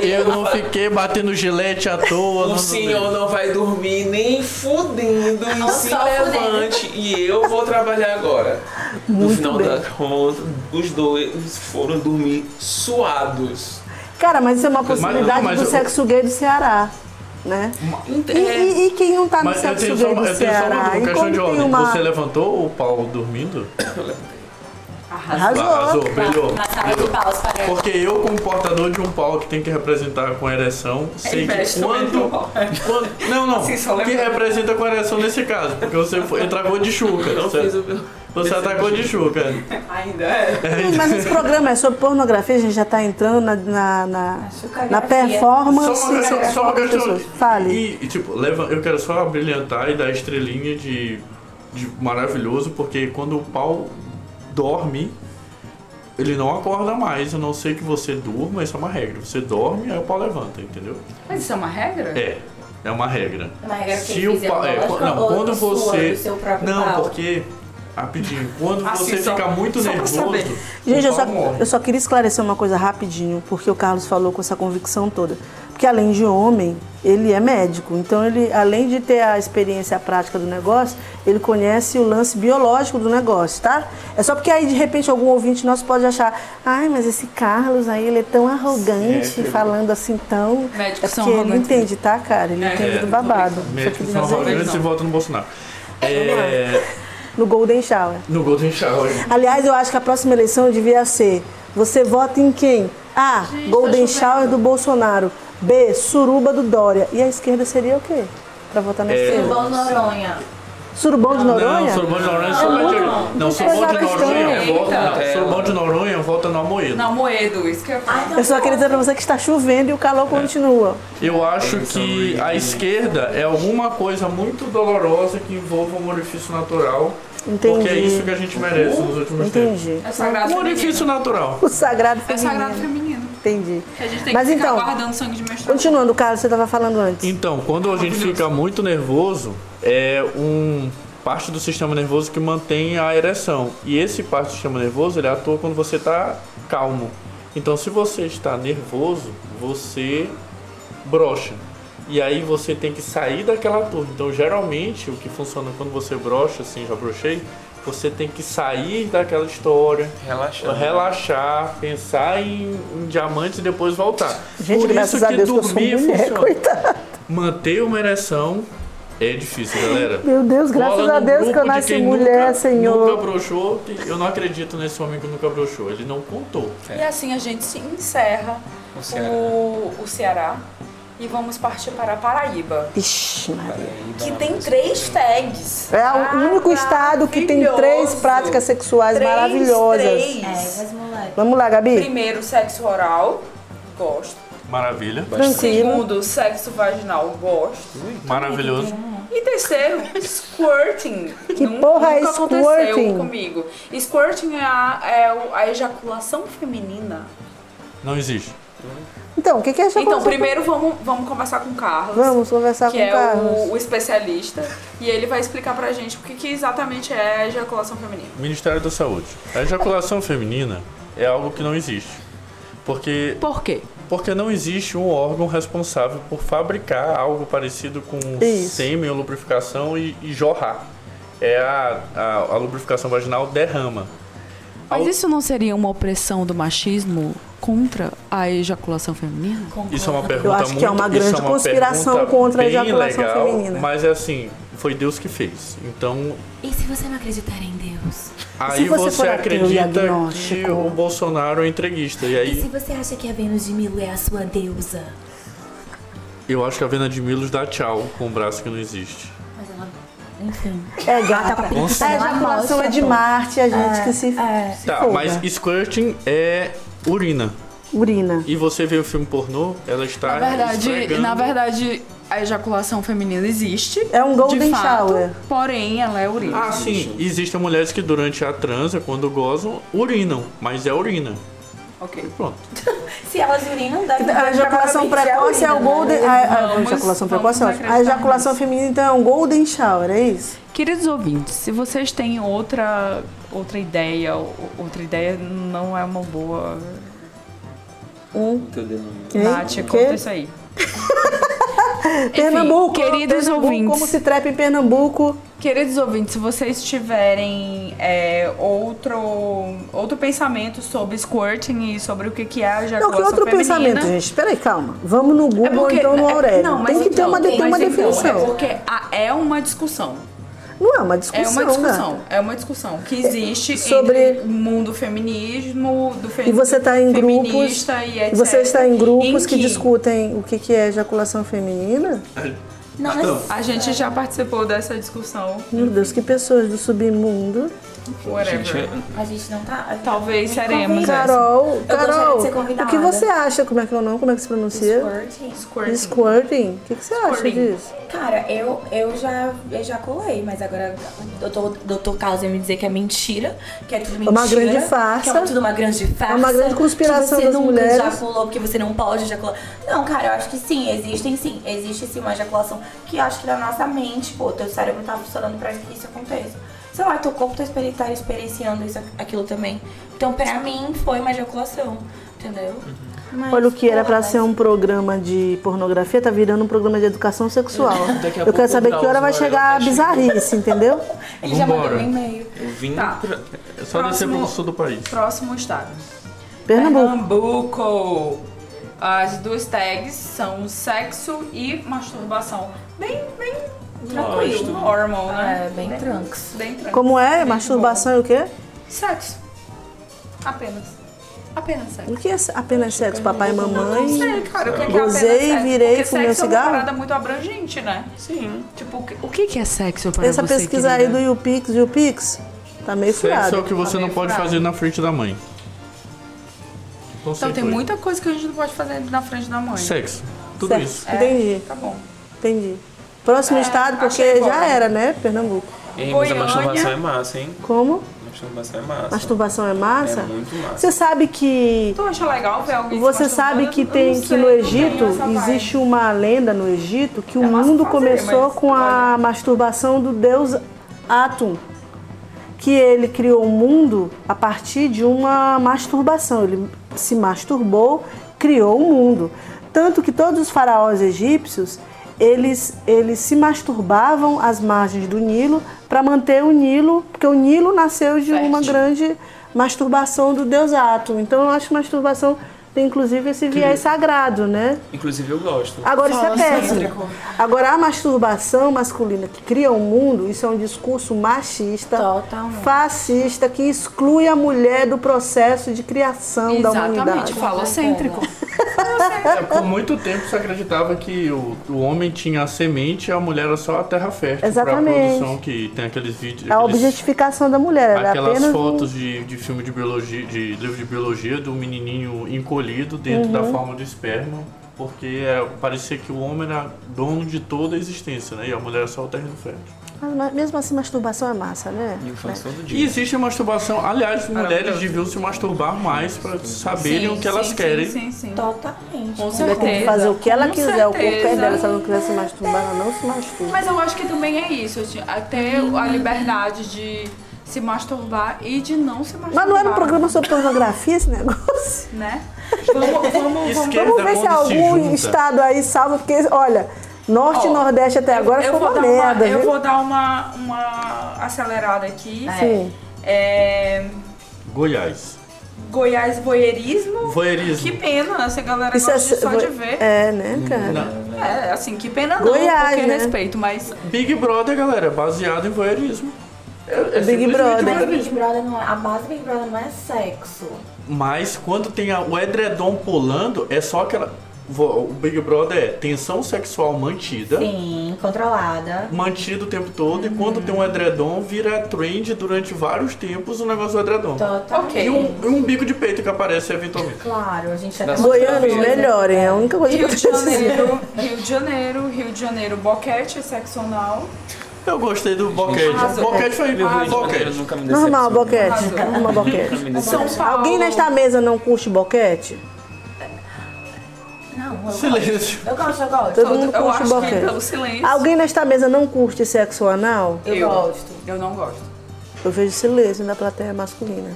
Eu não fiquei batendo gilete à toa. O não- senhor não vai dormir nem fudendo e se só levante. E eu vou trabalhar agora. no Muito final bem. da conta, os dois foram dormir suados. Cara, mas isso é uma Mas- possibilidade mas do eu- É. sexo gay do Ceará, né? E, e- e quem não tá no Mas eu sexo gay tenho só do uma, eu tenho só uma Ceará? dúvida, E questão como de tem ordem. uma- Você levantou o pau dormindo? Arrasou. Ah, Arrasou, brilhou. Uma salva de brilhou. paus para ela. Porque eu, como portador de um pau que tem que representar com ereção, sei que investe também quando, no pau. quando- Não, não. Assim, só que levanta. representa com ereção nesse caso. Porque você foi, atacou de chuca. Não Você, fiz o meu. você atacou de chuca. Ainda é. Hum, Mas esse programa é sobre pornografia, a gente já tá entrando na, na, na, na é performance Só uma, sexual só uma das questão. pessoas. Fale. E, e, tipo, leva, eu quero só brilhantar e dar estrelinha de, de maravilhoso, porque quando o pau dorme, ele não acorda mais, a não ser que você durma, isso é uma regra. Você dorme, aí o pau levanta, entendeu? Mas isso é uma regra? É, é uma regra. Uma regra Se o pau. É, fisiológica quan- não, ou quando do suor você. do seu próprio Não, pau? porque. Rapidinho, quando Assim, você só- fica muito só pra nervoso. saber. o Gente, eu pau só, morre. eu só queria esclarecer uma coisa rapidinho, porque o Carlos falou com essa convicção toda. Porque além de homem, ele é médico. Então ele, além de ter a experiência prática do negócio, ele conhece o lance biológico do negócio, tá? É só porque aí de repente algum ouvinte nosso pode achar, ai, mas esse Carlos aí, ele é tão arrogante, Sempre. falando assim tão. Médicos é são porque ele arrogantes. entende, tá, cara? Ele É, entende é, do babado. Só Mesmo que é que São dizer Paulo Rodrigo isso. não. se vota no Bolsonaro. É, no Golden Shower. no Golden Shower. Aliás, eu acho que a próxima eleição devia ser: você vota em quem? A. Golden tá Shower do Bolsonaro. B. Suruba do Dória. E a esquerda seria o quê? Pra votar na É. esquerda? Bom Noronha. Surubão de Noronha? Não, Sorbão de Noronha é sopa Não. de... Não, Isso é Sorbão de Paquistão. Noronha volta... Não, Eita. Sorbão de Noronha volta no Amoedo. Na Moedo, isso que eu ia falar. Eu só queria dizer pra você que está chovendo e o É. calor continua. Eu acho Eles são que a ridículos. esquerda é alguma coisa muito dolorosa que envolva um orifício natural. Porque é isso que Entendi. a gente merece nos últimos tempos. Entendi. É sagrado Um feminino. orifício natural. O sagrado É sagrado feminino. feminino. Entendi. Que a gente tem Mas que então, ficar guardando sangue de menstruação. Continuando, Carlos, você estava falando antes. Então, quando a gente fica muito nervoso, é um parte do sistema nervoso que mantém a ereção. E esse parte do sistema nervoso, ele atua quando você está calmo. Então, se você está nervoso, você brocha. E aí você tem que sair daquela torre. Então, geralmente, o que funciona quando você brocha, assim, já brochei, você tem que sair daquela história, Relaxando. relaxar, pensar em, em diamantes e depois voltar. Gente, Por graças isso a que Deus que eu sou dormir é mulher, funciona. coitada. Manter uma ereção é difícil, galera. Meu Deus, graças Cola a num Deus que grupo eu de nasci quem mulher, nunca- Senhor. Nunca broxou. que Eu não acredito nesse homem que nunca broxou. Ele não contou. E assim a gente se encerra O Ceará. o, o Ceará e vamos partir para a Paraíba. Ixi, Maria. Que tem três tags. É o único estado que tem três Maravilhoso. práticas sexuais Três, maravilhosas. É, três. mas moleque. Vamos lá, Gabi. Primeiro, sexo oral. Gosto. Maravilha. Tranquilo. Segundo, sexo vaginal. Gosto. Maravilhoso. E terceiro, squirting. Que Nun- porra é nunca squirting? aconteceu comigo. Squirting é a, é o- a ejaculação feminina. Não existe. Então, o que, que é essa Então, conversa? primeiro vamos, vamos conversar com o Carlos. Vamos conversar que Tá com é o Carlos. O, o especialista, e ele vai explicar pra gente o que, que exatamente é a ejaculação feminina. Ministério da Saúde. A ejaculação feminina é algo que não existe. Porque, Por quê? porque não existe um órgão responsável por fabricar algo parecido com Isso. sêmen ou lubrificação e, e jorrar. É a, a, a lubrificação vaginal derrama. Mas Ao- isso não seria uma opressão do machismo contra a ejaculação feminina? Isso é uma pergunta acho que muito, é uma isso grande uma conspiração pergunta contra a bem ejaculação legal, feminina. Mas é assim, foi Deus que fez. Então, E se você não acreditar em Deus? aí você você, for ateu e acredita que agnóstico? o Bolsonaro é entreguista. E E se aí, você acha que a Vênus de Milo é a sua deusa? eu acho que a Vena de Milos dá tchau com um braço que não existe. Mas ela. Enfim. É gata. A Ela ejaculação mostra, é de pô. Marte, a gente que se, se Tá, folga. mas squirting é urina. Urina. E você vê o filme pornô, ela está Na verdade, esfregando- na verdade, a ejaculação feminina existe. É um golden de fato, shower. Porém, ela é urina. Ah, sim. Existem mulheres que durante a transa, quando gozam, urinam. Mas é urina. Ok. Pronto. Se elas urinam, Então, deve A ejaculação precoce é o né? golden... A, a- a Vamos- ejaculação né? vamos precoce é ótimo. A acreditar ejaculação feminina, então, é um golden shower, é isso? Queridos ouvintes, se vocês têm outra, outra ideia, ou- outra ideia não é uma boa Um... Teu dedo. Hein? Nath, O quê? conta isso aí. é Pernambuco, queridos Pernambuco, ouvintes. como se trepa em Pernambuco. Queridos ouvintes, se vocês tiverem é, outro, outro pensamento sobre squirting e sobre o que, que é a Não, ejaculação que outro feminina... pensamento, gente. Peraí, calma. Vamos no Google É porque- ou então no é- Aurélio. não, tem mas que ter então, uma, de- tem- ter uma mas então, definição. É porque a- é uma discussão. Não é uma discussão, É uma né? discussão. É uma discussão que existe Sobre- entre o mundo feminismo, do fe... E você está em grupos. feminista e etc. Você está em grupos Em que... discutem o que, que é ejaculação feminina? Não, mas A gente já participou dessa discussão. Meu Deus, que pessoas do submundo. Whatever. a gente não tá. Talvez seremos. Convida. Carol, gostaria de Carol, ser o convidada. que você acha? Como é que é o nome? Como é que se pronuncia? Squirting. Squirting. Squirting? O que, que você acha Squirting. disso? Cara, eu, eu já ejaculei, mas agora o doutor, doutor Carlos ia me dizer que é mentira, que é tudo mentira. Uma grande farsa. Que é tudo uma grande farsa. É uma grande conspiração que você das nunca mulheres. ejaculou porque você não pode ejacular. Não, cara, eu acho que sim, existem sim. Existe sim uma ejaculação que eu acho que na nossa mente, pô, teu cérebro tá funcionando pra que isso aconteça. Sei lá, teu corpo tá experi- tá experienciando isso, aquilo também. Então, pra mim, foi uma ejaculação, entendeu? Mas, Olha o que era pra porra, ser um programa de pornografia, tá virando um programa de educação sexual. Daqui a Eu quero pouco saber dá que hora os vai horários, chegar a acho. bizarrice, entendeu? Ele já mandou Vambora. um e-mail. Eu vim Tá. pra... É só descer Próximo. pro sul do país. Próximo estado. Pernambuco. Pernambuco. As duas tags são sexo e masturbação. Bem, bem tranquilo, normal, né? É, bem trunks. Bem tranquilo. Como é? Bem Masturbação e o quê? Sexo. Apenas. Apenas sexo. O que é apenas sexo? Papai e Não mamãe? sei, cara, o que é que é Hum. Gozei, apenas sexo? virei, Porque fumei um sexo é cigarro? uma parada muito abrangente, né? Sim. Tipo, o que- O que, que é sexo para Essa você, pesquisa aí querida? do YouPix, YouPix, tá meio Sexo é o furado. que você não pode fazer na frente da mãe. Então Conceito tem aí. muita coisa que a gente não pode fazer na frente da mãe. Sexo. Tudo Certo. É. isso. Entendi, Tá bom. entendi. Próximo estado, porque É, achei bom. já era, né? Pernambuco. Ei, mas a Goiânia. masturbação é massa, hein? Como? Masturbação é massa. Masturbação é massa? É muito massa. Você sabe que Tu acha legal ver alguém se Você masturbando? sabe que Eu não tem sei, que no não tenho Egito essa vibe. existe uma lenda no Egito que o massa mundo fazer, começou mas com a masturbação do deus Atum, que ele criou o mundo a partir de uma masturbação. Ele se masturbou, criou o mundo. Tanto que todos os faraós egípcios eles, eles se masturbavam às margens do Nilo para manter o Nilo, porque o Nilo nasceu de uma Fértil. grande masturbação do deus Atum. Então eu acho que masturbação tem inclusive esse viés sagrado, né? Inclusive eu gosto. Agora isso é péssimo. Agora a masturbação masculina que cria o mundo, isso é um discurso machista, Totalmente. fascista que exclui a mulher do processo de criação da humanidade. Exatamente, falocêntrico. É, por muito tempo se acreditava que o, o homem tinha a semente e a mulher era só a terra fértil Exatamente. É pra produção que tem aqueles vídeos. A aqueles- objetificação da mulher, ela é Aquelas apenas um- fotos de, de filme de biologia, de livro de biologia do menininho encolhido dentro da Uhum. forma do esperma, porque é, parecia que o homem era dono de toda a existência, né? E a mulher era só o terreno fértil. Mas, mas mesmo assim masturbação é massa, né? E eu faço todo E dia. existe a masturbação. Aliás, mulheres deviam se masturbar mais pra saberem o que elas sim, querem. Sim, sim, sim. Totalmente. Com Ela tem que certeza. fazer o que ela Com quiser, o corpo é certeza. dela. Se ela não quiser se masturbar, ela não se masturba. Mas eu acho que também é isso, assim, até a liberdade de se masturbar e de não se masturbar. Mas não era um programa sobre pornografia esse negócio? Né? Vamos, vamos, vamos. Esquerda Vamos ver se quando se algum junta. estado aí salva, porque, olha, Norte e Ó, Nordeste até agora eu foi vou uma dar merda, Eu viu? vou dar uma, uma acelerada aqui. Sim. É, Goiás. Goiás voyeurismo. Que Voyeurismo. pena, essa galera gosta de só foi- de ver. É, né, cara? Na- É, assim, que pena não, Goiás, porque né? respeito, mas Big Brother, galera, é baseado em voyeurismo. É, é Big simplesmente Brother. Mas voyeurismo. Big Brother não é. A base do Big Brother não é sexo. Mas quando tem a- o edredom pulando, é só aquela. vo- O Big Brother é tensão sexual mantida. Sim, controlada. Mantido o tempo todo, e quando tem um edredom, vira trend durante vários tempos o negócio do edredom. Totalmente. E ok. um, e um bico de peito que aparece é eventualmente. Claro, a gente Das até Goianos, Maravilha. melhorem, é a única coisa que Rio eu tô de dizendo. Janeiro, Rio de Janeiro, Rio de Janeiro, boquete é sexo anal. Eu gostei do boquete. arrasou. Boquete foi Meu Rio de Janeiro boquete. nunca me ah, Normal, decepciona. boquete. Arrasou. Uma boquete. Nunca me São decepciona. Paulo. Alguém nesta mesa não curte boquete? Não, eu gosto. Silêncio. Eu gosto, eu gosto. Todo Eu- mundo eu curte acho que boquete. pelo silêncio. Alguém nesta mesa não curte sexo anal? Eu, Eu. gosto. Eu não gosto. Eu vejo silêncio na plateia masculina.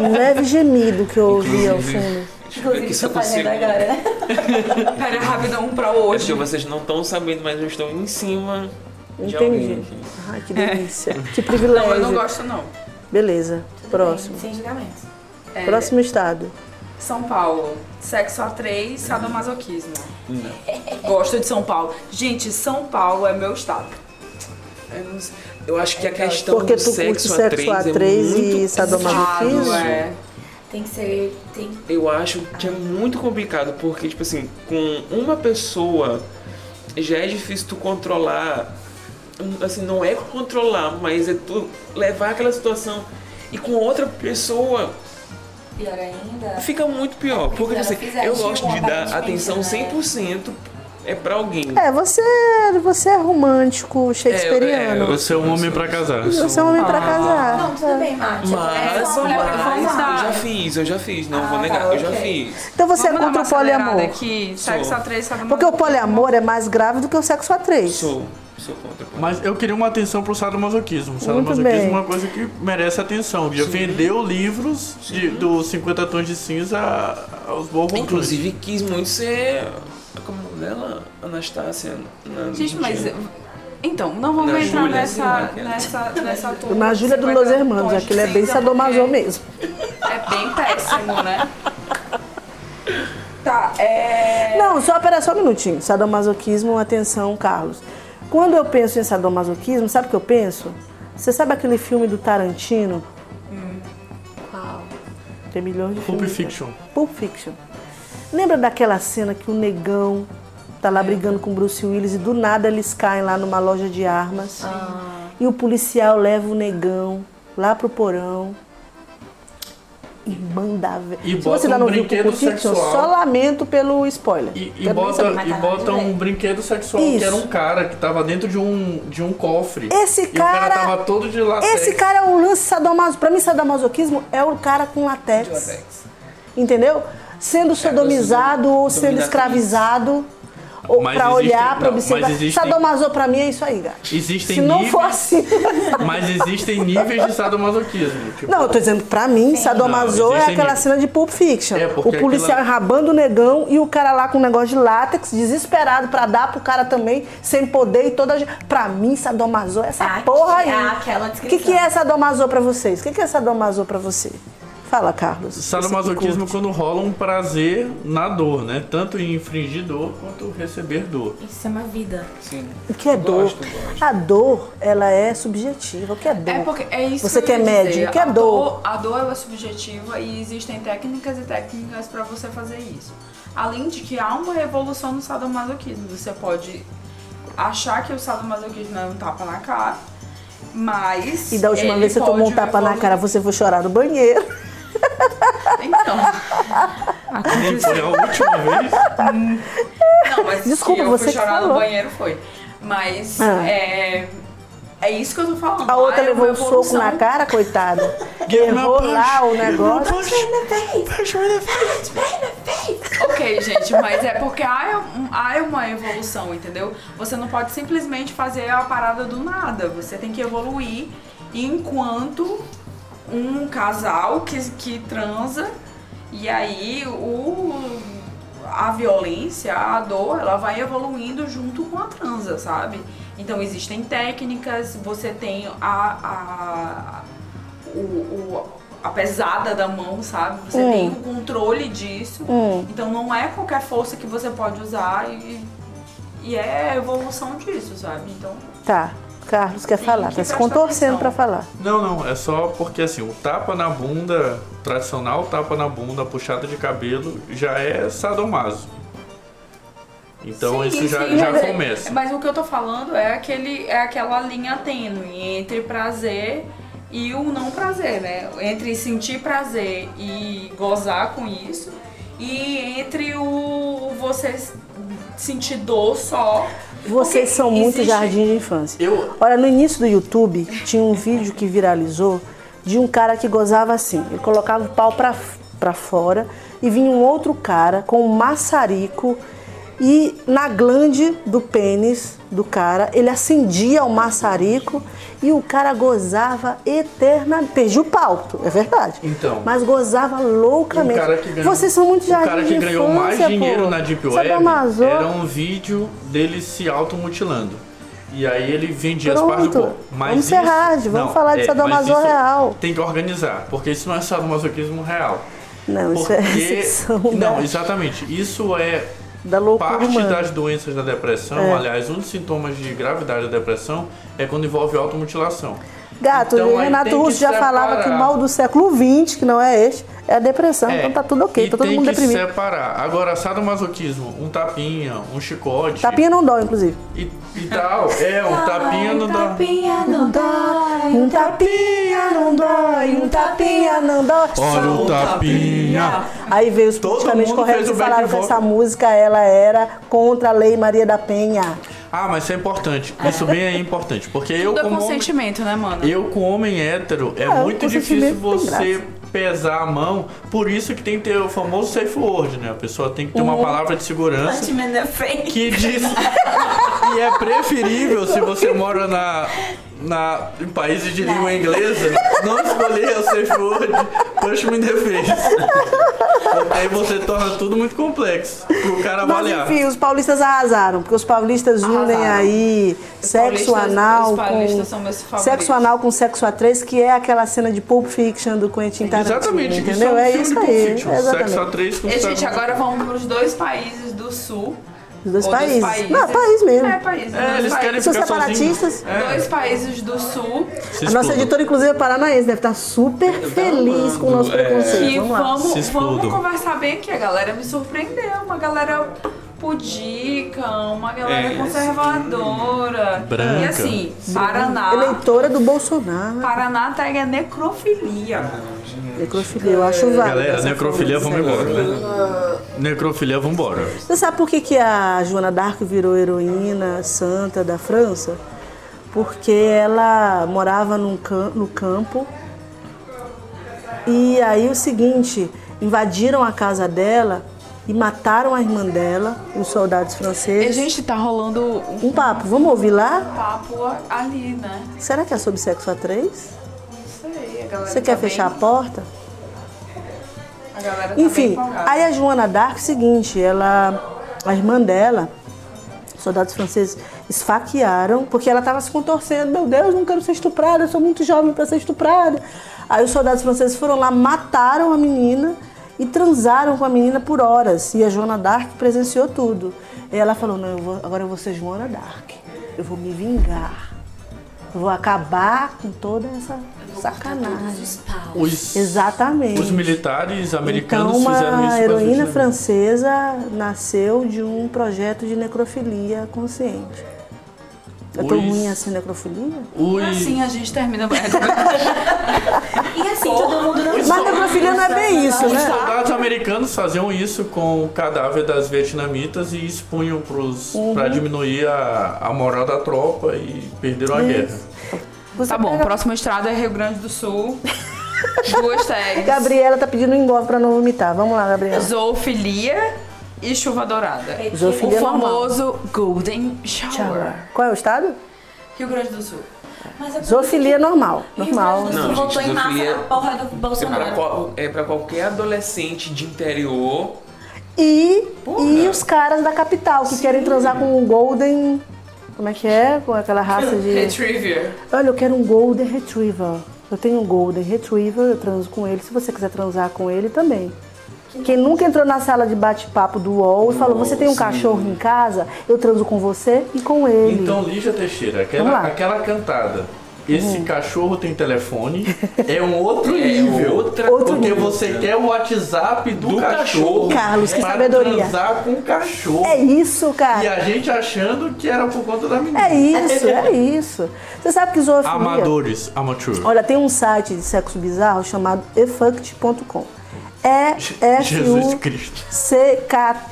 Um leve gemido que eu ouvi ao fundo. Deixa eu ver Inclusive, aqui se estou tá eu fazendo consigo. agora, né? Pera, rapidão um pra É porque hoje. vocês não estão sabendo, mas eu estou em cima de Entendi. alguém aqui. Ai, que delícia. Que É. Não, eu não privilégio. gosto não. Beleza. Tudo Próximo. bem, Sem julgamentos. É, Próximo estado. São Paulo, sexo a três, sadomasoquismo. Não. Gosto de São Paulo. Gente, São Paulo é meu estado. Eu É, não sei. Eu acho que a questão É Porque do tu curte sexo, a sexo a três é três muito e Estado, sadomasoquismo? é. Tem que ser. Tem que Eu acho que é muito complicado, porque, tipo assim, com uma pessoa já é difícil tu controlar. Assim, não é controlar, mas é tu levar aquela situação. E com outra pessoa pior ainda. fica muito pior. Porque, se tipo ela assim, fizer eu de um, gosto de dar aparentemente, atenção né? 100% é pra alguém. É, você, você é romântico shakespeariano. É, eu- Você é um homem pra casar. Você é um homem pra Ah. casar. Não, tudo bem, Mate. é Mas, só uma mulher Ah, pra mas casar. eu já fiz, eu já fiz, não vou negar, tá, eu já fiz. Então você Vamos é dar uma contra o poliamor. acelerada Aqui. Sexo a três, sabe Porque o poliamor é mais grave do que o sexo a três. Sou, sou contra. pô. Mas eu queria uma atenção pro sadomasoquismo. O bem. sadomasoquismo é uma coisa que merece atenção. Já vendeu livros de, do 50 tons de cinza a- aos borbotões. Inclusive, quis muito ser. Como é o nome dela? Anastácia. Não, Gente, mas. mentira. Então, não vamos Na entrar Júlia, sei lá, nessa, aquela. nessa, nessa turma. Na Júlia é do 50 Los Hermanos, tons de aquele é bem cinza, sadomaso porque mesmo. É bem péssimo, né? Tá, é. Não, só, pera, só um minutinho. Sadomasoquismo, atenção, Carlos. Quando eu penso em sadomasoquismo, sabe o que eu penso? Você sabe aquele filme do Tarantino? Qual? Tem milhões de Pulp filmes. né? Fiction. Pulp Fiction. Lembra daquela cena que o negão tá lá brigando com o Bruce Willis e do nada eles caem lá numa loja de armas. E o policial leva o negão lá pro porão e manda ver. E Se bota você ainda um não viu Pulp brinquedo Fiction, sexual. só lamento pelo spoiler. E, e Quero nem bota, saber. matar e nada, bota tudo um bem. brinquedo sexual Isso. que era um cara que tava dentro de um, de um cofre. Esse E o cara- cara tava todo de latex. Esse cara é um lance sadomaso. Pra mim, sadomasoquismo é o cara com latex. Latex. Entendeu? Sendo sodomizado ou sendo dominatriz. escravizado. Ou Mas pra existem- olhar, pra não, mas observar. existem- Sadomaso pra mim é isso aí, cara. Existem Se não níveis- for assim. Mas existem níveis de sadomasoquismo. Tipo, Não, eu tô dizendo que pra mim, sadomaso Não, é existem aquela níveis. cena de Pulp Fiction. É, o porque policial aquela- enrabando o negão e o cara lá com um negócio de látex, desesperado pra dar pro cara também, sem poder e toda. a gente- Pra mim, sadomaso é essa Aqui, porra aí. é aquela O que, descrição. que é sadomaso pra vocês? O que, que é sadomaso pra você? Fala, Carlos. Sadomasoquismo Você que curte. quando rola um prazer na dor, né? Tanto em infringir dor quanto receber dor. Isso é uma vida. Sim. O que é dor? Gosto, gosto. A dor, ela é subjetiva. O que é dor? É porque é isso Você que eu que é ia dizer. médium, que é A dor. A dor ela é subjetiva e existem técnicas e técnicas pra você fazer isso. Além de que há uma revolução no sadomasoquismo. Você pode achar que o sadomasoquismo é um tapa na cara, mas E da última ele vez que você pode tomou um tapa na evolu- cara, você foi chorar no banheiro. Então. Ah, Nem foi a última vez. Não, mas Desculpa, que eu você fui que chorar no falou. banheiro foi. Mas Ah. é, é isso que eu tô falando. A Lá outra é uma levou um soco evolução. na cara, coitada. Give me a Errou punch. lá o negócio. Ok, gente, mas é porque há, um- há uma evolução, entendeu? Você não pode simplesmente fazer a parada do nada. Você tem que evoluir enquanto um casal que, que transa e aí o, a violência, a dor, ela vai evoluindo junto com a transa, sabe? Então existem técnicas, você tem a, a, o, o- a pesada da mão, sabe? Você Hum. tem o controle disso. Hum. Então não é qualquer força que você pode usar e, e é a evolução disso, sabe? Então. Tá, Carlos quer Tem falar, que tá se prestar contorcendo atenção. pra falar. Não, não, é só porque assim, o tapa na bunda, tradicional tapa na bunda, a puxada de cabelo, já é sadomaso. Então Sim, isso já, sim, já é mas- é começa. Mas o que eu tô falando é, aquele, é aquela linha tênue entre prazer e o não prazer, né? Entre sentir prazer e gozar com isso e entre o você sentir dor só. Vocês Porque são muito existe- jardim de infância. Eu- Olha, no início do YouTube tinha um vídeo que viralizou de um cara que gozava assim. Ele colocava o pau pra, pra fora e vinha um outro cara com um maçarico e na glande do pênis do cara, ele acendia o maçarico e o cara gozava eternamente. Perdi o palto, é verdade. Então. Mas gozava loucamente. O cara que ganhou, Vocês são muito o jardim cara de que ganhou mais infância, dinheiro pô. é na Deep Web Sadomaso. era um vídeo dele se automutilando. E aí ele vendia as partes do Pronto. corpo. Mas Vamos ser isso- hard, vamos não, é, falar de sadomaso mas isso real. Tem que organizar, porque isso não é sadomasoquismo real. Não, isso é Porque- exceção Não, da, exatamente. Isso é da loucura Parte humana. das doenças da depressão, É. aliás, um dos sintomas de gravidade da depressão é quando envolve automutilação. Gato, Então, o aí Renato tem que Russo já separar. falava que o mal do século XX, que não é este, é a depressão, É, então tá tudo e ok, tá todo tem mundo que deprimido. separar. Agora, sadomasoquismo, um tapinha, um chicote Tapinha não dói, inclusive. E, e tal. É, um tapinha não dá. Tapinha não dói. Um tapinha não dói, um tapinha não dói. Olha o tapinha. Aí veio os Todo politicamente mundo corretos fez e o back falaram que vocal. essa música ela era contra a Lei Maria da Penha. Ah, mas isso é importante. Isso bem é importante. Porque eu Tudo é como, homem, consentimento, né, mano? eu como homem hétero, é, É, muito o difícil sentimento tem você pesar a mão. Por isso que tem que ter o famoso safe word, né? A pessoa tem que ter uma palavra de segurança. Punchman na frente. que diz que é preferível se você mora na, na em países de língua inglesa não escolher o safe word push me in the face Porque aí você torna tudo muito complexo pro cara Mas avaliar enfim, os paulistas arrasaram, porque os paulistas unem Arrasaram. aí sexo paulistas- anal os paulistas são meus com favoritos. sexo anal com sexo a três, que é aquela cena de Pulp Fiction do Quentin Tarantino, exatamente isso entendeu? é, um É filme isso de aí, Pulp Fiction. exatamente. sexo a três com E, gente, sexo- agora vamos para os dois países do sul. Os dois Ou dos países. países. Não, país mesmo. É, né? países. é, dois, eles países. querem São ficar sozinhos separatistas. É, dois países do sul Se A nossa explodam. editora, inclusive, é paranaense, deve estar super feliz com o nosso é. preconceito. que Vamos lá. Se vamos, explodam. vamos conversar bem aqui. A galera me surpreendeu, uma galera pudica, uma galera É, conservadora. Branca. E assim, Paraná. Eleitora do Bolsonaro. Paraná tega necrofilia. Necrofilia, eu acho válido. galera essa necrofilia é forma de vamos embora né? necrofilia vamos embora Você sabe por que, que a Joana d'Arc virou heroína santa da França? Porque ela morava num cam- no campo e aí o seguinte, invadiram a casa dela e mataram a irmã dela, os soldados E, franceses. gente, tá rolando um Um papo, vamos ouvir lá? papo a- ali, né? Será que é sobre sexo a três? Não sei, a galera Você quer tá bem- fechar a porta? A galera tá bem Enfim, empolgada. aí a Joana d'Arc, seguinte, ela, a irmã dela, soldados franceses esfaquearam, porque ela estava se contorcendo, meu Deus, não quero ser estuprada, eu sou muito jovem para ser estuprada. Aí os soldados franceses foram lá, mataram a menina e transaram com a menina por horas. E a Joana d'Arc presenciou tudo. E ela falou, não, eu vou- agora eu vou ser Joana d'Arc, eu vou me vingar. Eu vou acabar com toda essa sacanagem. os, Exatamente. os militares Então, americanos fizeram isso né? uma com as heroína mulheres. francesa nasceu de um projeto de necrofilia consciente. Eu tô Pois. ruim assim, necrofilia? Os- Assim a gente termina. E assim, todo mundo não Mas necrofilia não é bem isso, Os né? soldados americanos faziam isso com o cadáver das vietnamitas e expunham pros, Uhum. pra diminuir a, a moral da tropa e perderam a guerra. Você Tá bom, pega- próxima estrada é Rio Grande do Sul. Duas tags. Gabriela tá pedindo um engolfe pra não vomitar. Vamos lá, Gabriela. Zoofilia e chuva dourada. O Zoofilia é normal. famoso Golden Shower. Qual é o estado? Rio Grande do Sul. Mas é Zoofilia é normal, normal. Não, Não, não votou gente, em massa zoofilia- a porra do É pra, Bolsonaro. qual- é pra qualquer adolescente de interior. E, Porra. e os caras da capital que querem transar com um golden... Como é que é? Com aquela raça de... Retriever. Olha, eu quero um Golden Retriever. Eu tenho um Golden Retriever, eu transo com ele. Se você quiser transar com ele, também. Quem nunca entrou na sala de bate-papo do UOL e falou: Você tem um cachorro em casa? Eu transo com você e com ele. Então, Lígia Teixeira, Vamos aquela, lá. Uhum. aquela cantada. Esse cachorro tem telefone. É um outro É nível. outra Outro porque nível. você quer o WhatsApp do, Do cachorro. cachorro. Carlos, que pra sabedoria. transar com o cachorro. É isso, E cara. a gente achando que era por conta da menina. É isso, é isso. Você sabe que zoofilia. Amadores, amateur. Olha, tem um site de sexo bizarro chamado efuct.com. E É F Jesus U Cristo.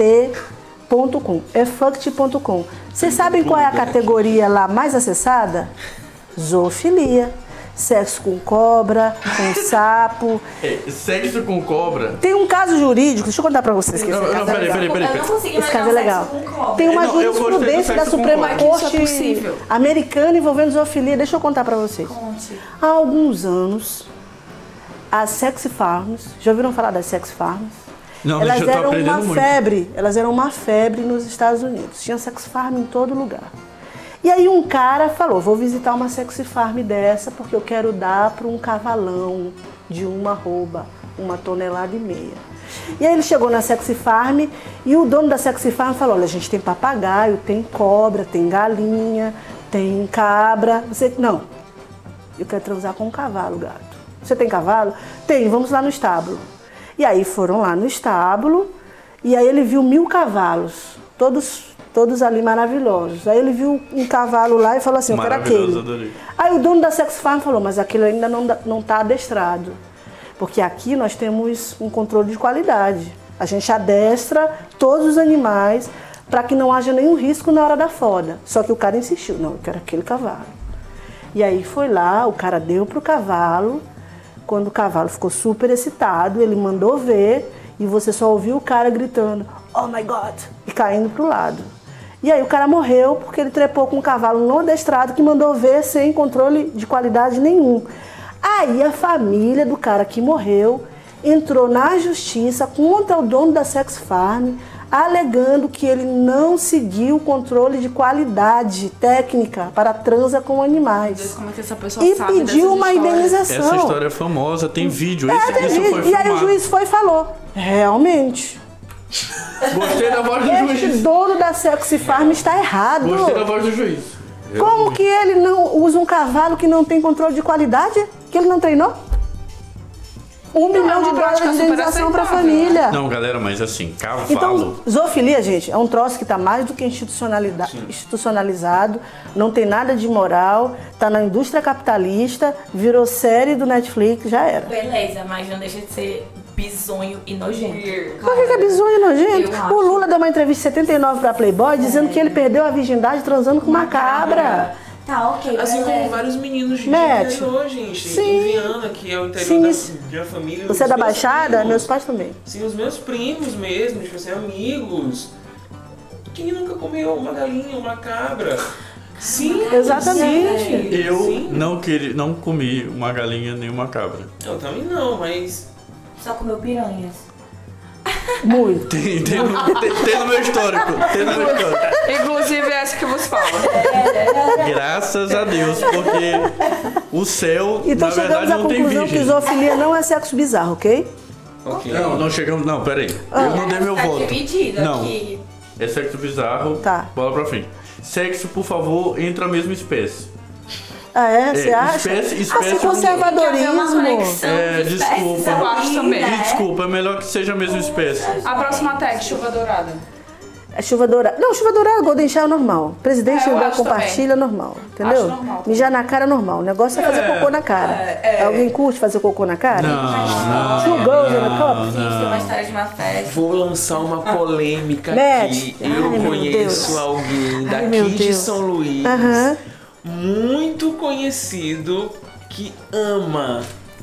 ckt.com, é fucked.com. Vocês sabem qual é a categoria lá mais acessada? Zoofilia, sexo com cobra, com sapo. É, sexo com cobra Tem um caso jurídico, deixa eu contar pra vocês que esse Não, caso não, é peraí, legal. peraí, peraí, Eu peraí. não consigo Esse caso é imaginar legal. um sexo com cobra. Tem uma Não, eu gostei do jurisprudência da sexo com Suprema cobra. Corte Isso é possível. americana envolvendo zoofilia. Deixa eu contar pra vocês. Há alguns anos, as sex farms, já ouviram falar das sex farms? Não, elas eu tô eram aprendendo uma muito. febre, elas eram uma febre nos Estados Unidos. Tinha sex farm em todo lugar. E aí um cara falou, vou visitar uma sex farm dessa porque eu quero dar para um cavalão de uma arroba, uma tonelada e meia. E aí ele chegou na sex farm e o dono da sex farm falou, olha, a gente tem papagaio, tem cobra, tem galinha, tem cabra, você não, eu quero transar com um cavalo, gato. Você tem cavalo? Tem, vamos lá no estábulo. E aí foram lá no estábulo e aí ele viu mil cavalos, todos todos ali maravilhosos. Aí ele viu um cavalo lá e falou assim, eu quero Maravilhoso, aquele. adorei. Aí o dono da Sex Farm falou, mas aquilo ainda não está adestrado. Porque aqui nós temos um controle de qualidade. A gente adestra todos os animais para que não haja nenhum risco na hora da foda. Só que o cara insistiu, não, eu quero aquele cavalo. E aí foi lá, o cara deu pro cavalo. Quando o cavalo ficou super excitado, ele mandou ver e você só ouviu o cara gritando, oh my god, e caindo pro lado. E aí o cara morreu porque ele trepou com um cavalo não adestrado que mandou ver sem controle de qualidade nenhum. Aí a família do cara que morreu entrou na justiça contra o dono da Sex Farm, alegando que ele não seguiu o controle de qualidade técnica para a transa com Deus, animais. como é que essa pessoa E sabe dessas pediu uma histórias? indenização. Essa história é famosa, tem vídeo. É, esse- tem isso juiz. foi E aí o filmado. juiz foi e falou: realmente. Gostei da voz do Este juiz. dono da Sex Farm está errado. Gostei da voz do juiz. Como que ele não usa um cavalo que não tem controle de qualidade? Que ele não treinou? Um milhão de é uma dólares de prática super indenização para a aceitável, né? família. Não, galera, mas assim, cavalo. Então, zoofilia, gente, é um troço que está mais do que institucionalida- institucionalizado, não tem nada de moral, está na indústria capitalista, virou série do Netflix, já era. Beleza, mas não deixa de ser bizonho e nojento. Por que, que é bizonho nojento? Eu acho. O Lula deu uma entrevista em 79 para Playboy dizendo que ele perdeu a virgindade transando com uma cabra. Tá, ok. Assim como beleza. vários meninos de Mete. interior, gente. Sim. Em Viana, que é o interior Sim, da, isso. de uma família. Você é os da meus Baixada? primos. Meus pais também. Sim, Assim, os meus primos mesmo, tipo assim, amigos. Quem nunca comeu uma galinha, uma cabra? Sim, Exatamente. sim, Eu sim. não, queria, não comi uma galinha nem uma cabra. Eu também não, mas. Só comeu piranhas. Muito. Tem, tem, no- tem- tem no meu histórico. Tem no meu histórico. Inclusive é essa que vos fala. Graças a Deus, porque o céu, Então na chegamos verdade, à não tem conclusão que virgem. zoofilia não é sexo bizarro, ok? Ok. Não, não chegamos. Não, peraí. Ah. Eu não dei meu tá voto. dividido Não. aqui. É sexo bizarro. Tá. Bola pra frente. Sexo, por favor, entre a mesma espécie. Ah, é? Você É, acha? espécie- ah, espécie- se conservadorismo. É, desculpa. Eu Eu acho também. Né? E desculpa, é melhor que seja a mesma espécie. É. A próxima tag, chuva dourada. É chuva dourada. Não, chuva dourada, Golden Shower é normal. Presidente É, eu lugar acho também. compartilha é normal, entendeu? Acho normal também. Mijar na cara é normal. O negócio é fazer É, cocô na cara. Alguém curte fazer cocô na cara? Não, Two girls in a cup? Gente, tem uma história de uma festa. Vou lançar uma polêmica Mete. aqui. Ai, Eu meu Deus. conheço alguém Ai, daqui meu de Deus. São Luís, Aham. muito conhecido, que ama.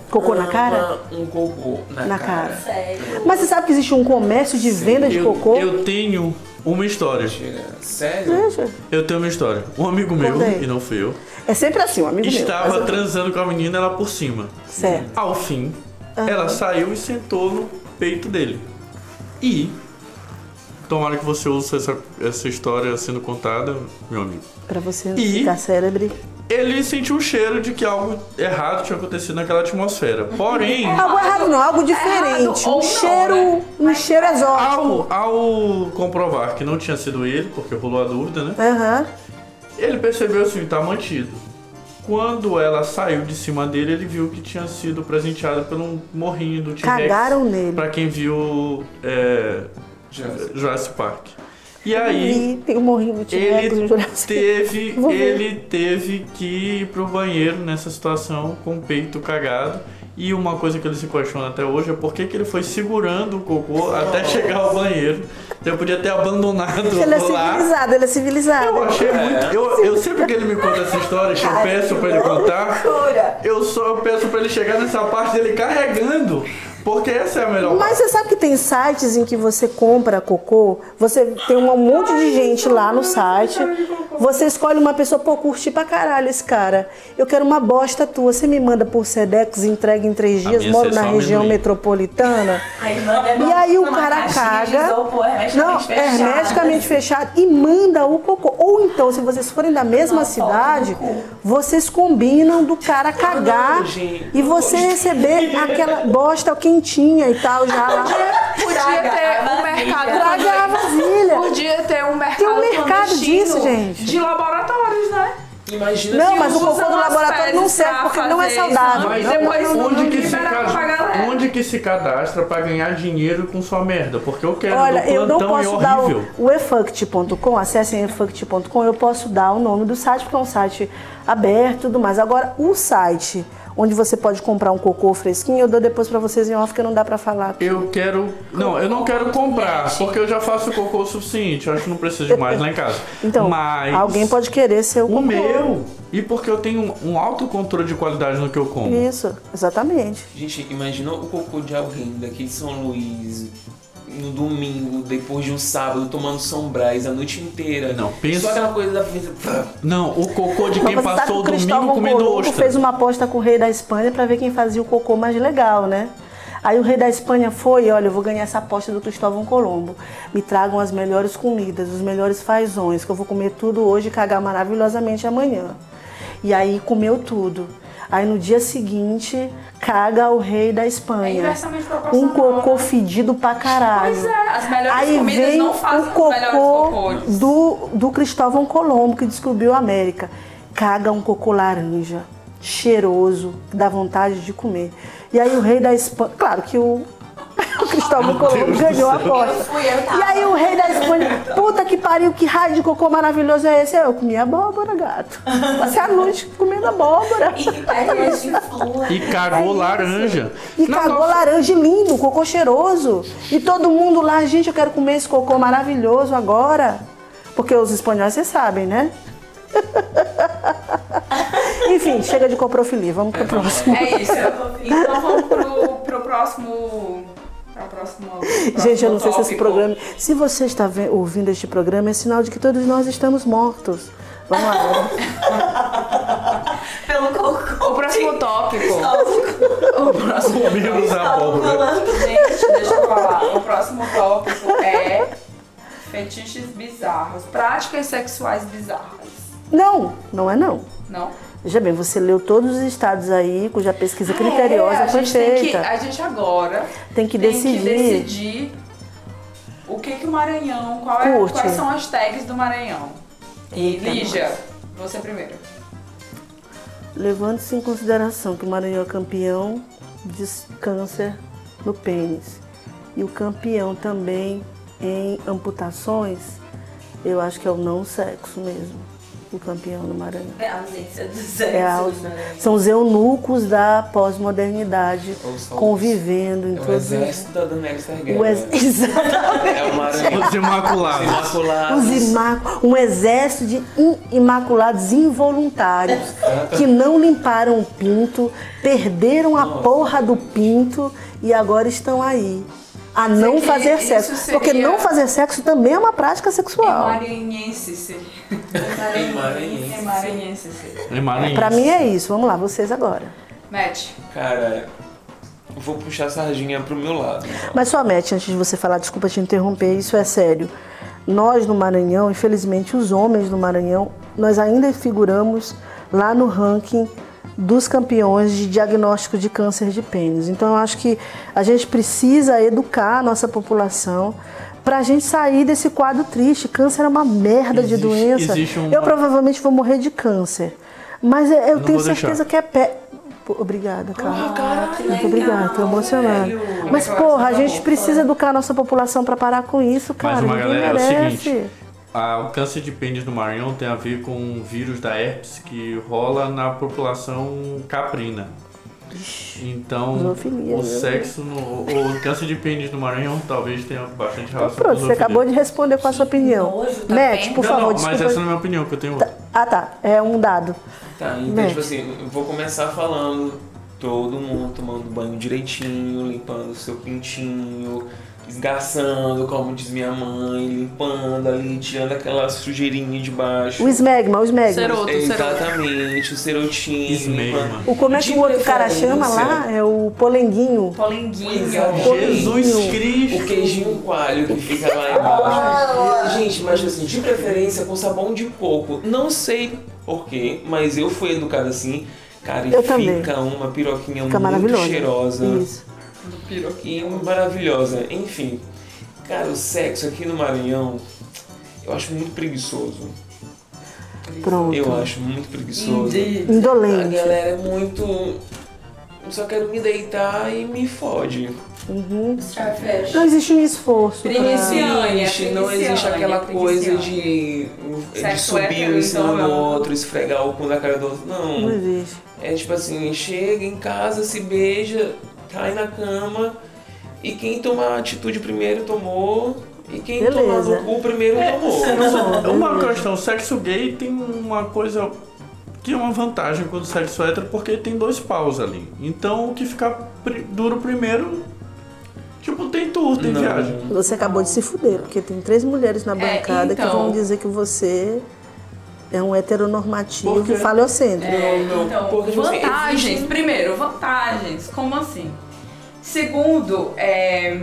Cocô na ama cara? Um cocô na, Na cara. cara. Sério. Mas você sabe que existe um comércio de venda de eu, cocô? eu tenho uma história. Mentira. Sério? Veja. Eu tenho uma história. Um amigo meu, Contei. e não fui eu, É sempre assim, um amigo estava meu. transando com a menina ela por cima. Certo. Ao fim, ela saiu e sentou no peito dele. E tomara que você use essa, essa história sendo contada, meu amigo. Pra você E- ficar célebre. Ele sentiu o cheiro de que algo errado tinha acontecido naquela atmosfera. Porém, Algo errado não, algo diferente. É errado um ou não, cheiro, né? um cheiro exótico. ao, ao comprovar que não tinha sido ele, porque rolou a dúvida, né? Aham. Ele percebeu assim, tá mantido. Quando ela saiu de cima dele, ele viu que tinha sido presenteada por um morrinho do T-Rex. Cagaram nele. Pra quem viu é, Já. Jurassic Park. E aí, E tem o morrinho do T-Rex ele no Jurassic. teve, Vou ver. ele teve que ir pro banheiro nessa situação com o peito cagado. E uma coisa que ele se questiona até hoje é por que, que ele foi segurando o cocô até chegar ao banheiro. Ele podia ter abandonado Ele é lá. civilizado, ele Eu é civilizado. achei muito. Eu, eu sempre que ele me conta essa história, que eu peço pra ele contar, eu só peço pra ele chegar nessa parte dele carregando. Porque essa é a melhor Mas parte. você sabe que tem sites em que você compra cocô, você tem um monte de gente lá no site, você escolhe uma pessoa, pô, curti pra caralho esse cara, eu quero uma bosta tua, você me manda por Sedex, entrega em três A dias, minha moro na sessão região amendoim. metropolitana. Aí manda E aí o É uma cara caixinha caga. De Não, isopor, hermeticamente fechada. hermeticamente fechado e manda o cocô. Ou então, se vocês forem da mesma Uma foto cidade, do cu. vocês combinam do cara cagar gente, e você receber aquela bosta quentinha e tal já lá. Podia ter um mercado. Traga a vasilha. Podia ter um mercado. mercado clandestino disso, gente. De laboratórios, né? Imagina Não, se mas o usa- cocô do laboratório não serve porque não é saudável. Mas Não, né? depois não, onde, não que se libera cas- pra né? galera. onde que se cadastra pra ganhar dinheiro com sua merda? Porque eu quero Olha, do eu não plantão e posso dar horrível. o, o efuct.com, acessem efuct.com, eu posso dar o nome do site, porque é um site aberto e tudo mais. Agora, o site onde você pode comprar um cocô fresquinho, eu dou depois pra vocês em off, que não dá pra falar. aqui. Eu quero. Não, eu não quero comprar, porque eu já faço cocô o suficiente. Eu acho que não preciso de mais lá em casa. Então, Mas alguém pode querer ser o O cocô. meu! E porque eu tenho um- um alto controle de qualidade no que eu como. Isso, exatamente. Gente, imagina o cocô de alguém daqui de São Luís no domingo, depois de um sábado, tomando São Brás a noite inteira. Não, pensa- Só aquela coisa da vida. Não, o cocô de quem Mas você sabe passou o que domingo comendo Colombo ostra. fez uma aposta com o rei da Espanha pra ver quem fazia o cocô mais legal, né? Aí o rei da Espanha foi, olha, eu vou ganhar essa aposta do Cristóvão Colombo. Me tragam as melhores comidas, os melhores fazões, que eu vou comer tudo hoje e cagar maravilhosamente amanhã. E aí comeu tudo. Aí no dia seguinte, caga o rei da É Espanha. inversamente um proporcional. né? cocô fedido pra caralho. Pois é, as melhores Aí comidas vem não fazem o os melhores cocô cocôs. do, do Cristóvão Colombo, que descobriu a América. Caga um cocô laranja, cheiroso, que dá vontade de comer. E aí o rei da Espanha... Claro que o, o Cristóvão Colombo ganhou a Eu aposta. fui, eu tava. E aí o rei da Espanha... Puta que pariu, que raio de cocô maravilhoso é esse? Eu comi abóbora, gato. Passei a noite comendo abóbora. E aí a gente flua. E cagou laranja. E Na cagou nossa- laranja lindo, cocô cheiroso. E todo mundo lá, gente, eu quero comer esse cocô maravilhoso agora. Porque os espanhóis, vocês sabem, né? Enfim, chega de coprofilia, vamos pro próximo. É isso. Então vamos pro, pro próximo. Pra próximo, próximo Gente, eu não sei se esse tópico. programa. Se você está ve- ouvindo este programa, é sinal de que todos nós estamos mortos. Vamos lá. Tá Pelo cocô. O próximo tópico. Comemos a Estavam abóbora. falando. Gente, deixa eu falar. O próximo tópico é fetiches bizarros. Práticas sexuais bizarras. Não, não é não. Não? Veja bem, você leu todos os estados aí, cuja pesquisa criteriosa É, a foi gente tem que- feita. a gente agora Tem que tem decidir. que decidir o que que o Maranhão, qual é- Curte. quais são as tags do Maranhão. E Eita, Lígia, você primeiro. Levando-se em consideração que o Maranhão é campeão de s- câncer no pênis e o campeão também em amputações, eu acho que é o não sexo mesmo, o campeão do Maranhão. É a ausência do sexo. É a- né? são os eunucos da pós-modernidade Ou são os- convivendo em É o todos exército da Daenerys Targaryen. o ex- Exatamente. É o maranhão. Os imaculados. Imaculados. Os imacu- um exército de in- imaculados involuntários que não limparam o pinto, perderam a porra do pinto e agora estão aí a não que fazer isso sexo. seria- Porque não fazer sexo também é uma prática sexual. Maranhense, sim. Maranhense. Maranhense, sim. E Maranhense. Pra mim é isso. Vamos lá, vocês agora. Match. Cara, vou puxar a sardinha pro meu lado. então. Mas só mete antes de você falar, desculpa te interromper, isso é sério. Nós no Maranhão, infelizmente os homens no Maranhão, nós ainda figuramos lá no ranking dos campeões de diagnóstico de câncer de pênis. Então eu acho que a gente precisa educar a nossa população pra gente sair desse quadro triste. Câncer é uma merda de Existe- doença. existe uma- Eu provavelmente vou morrer de câncer. Mas eu, eu não tenho vou deixar. certeza que é pé. Pô, Obrigada, cara. que Muito obrigada, tô emocionada. Mas, Como é que porra, ela a se gente precisa educar a nossa população pra parar com isso, cara. Mas uma Ninguém galera, merece. é o seguinte. a- o câncer de pênis no Maranhão tem a ver com um vírus da herpes que rola na população caprina. Então, zoofilia, o né? sexo, no, o câncer de pênis no Maranhão talvez tenha bastante Então, relação pronto, com você acabou de responder com a sua opinião. nojo, tá Matt, vendo? por não, favor, não, mas desculpa. essa não é a minha opinião, que eu tenho outra. Ah, tá. É um dado. Tá, então, Mete. tipo assim, eu vou começar falando todo mundo tomando banho direitinho, limpando o seu pintinho, esgarçando, como diz minha mãe, limpando ali, tirando aquela sujeirinha de baixo. É, O esmegma, o esmegma. Serou. Outro Exatamente, o serotinho. Esmegma. limpando. O, como é que De o outro cara preferência, chama lá? É o polenguinho. Polenguinho. é, Jesus Cristo! O queijinho coalho que fica Ah, lá embaixo. Gente, mas assim, de preferência com sabão de coco. Não sei porquê, mas eu fui educada assim. Cara, e Eu fica também. uma Fica piroquinha muito é maravilhoso. cheirosa. Isso. E maravilhosa. Enfim, cara, o sexo aqui no Maranhão eu acho muito preguiçoso. Pronto. Eu acho muito preguiçoso. A Indolente. galera é muito. Só quero me deitar e me fode. Uhum. Starfish. Não existe um esforço. pra- Primicia- Iniciante, Existe, não iniciante, existe aquela iniciante. coisa de, de é Sexo subir hétero, um em cima então, do não. outro, esfregar o cu na cara do outro. Não Não. existe. É tipo assim, chega em casa, se beija, cai na cama e quem tomar a atitude primeiro tomou e quem tomar Beleza. no cu primeiro tomou. É uma questão, sexo gay tem uma coisa que é uma vantagem quando o sexo hétero, porque tem dois paus ali. Então o que ficar pri- duro primeiro, tipo, tem tour, tem Não. viagem. Você acabou de se fuder, porque tem três mulheres na bancada que então. vão dizer que você é um heteronormativo Por quê? falocêntrico. Não, não, Então, porque, tipo assim, vantagens. existe- Primeiro, vantagens. Como assim? Segundo, é,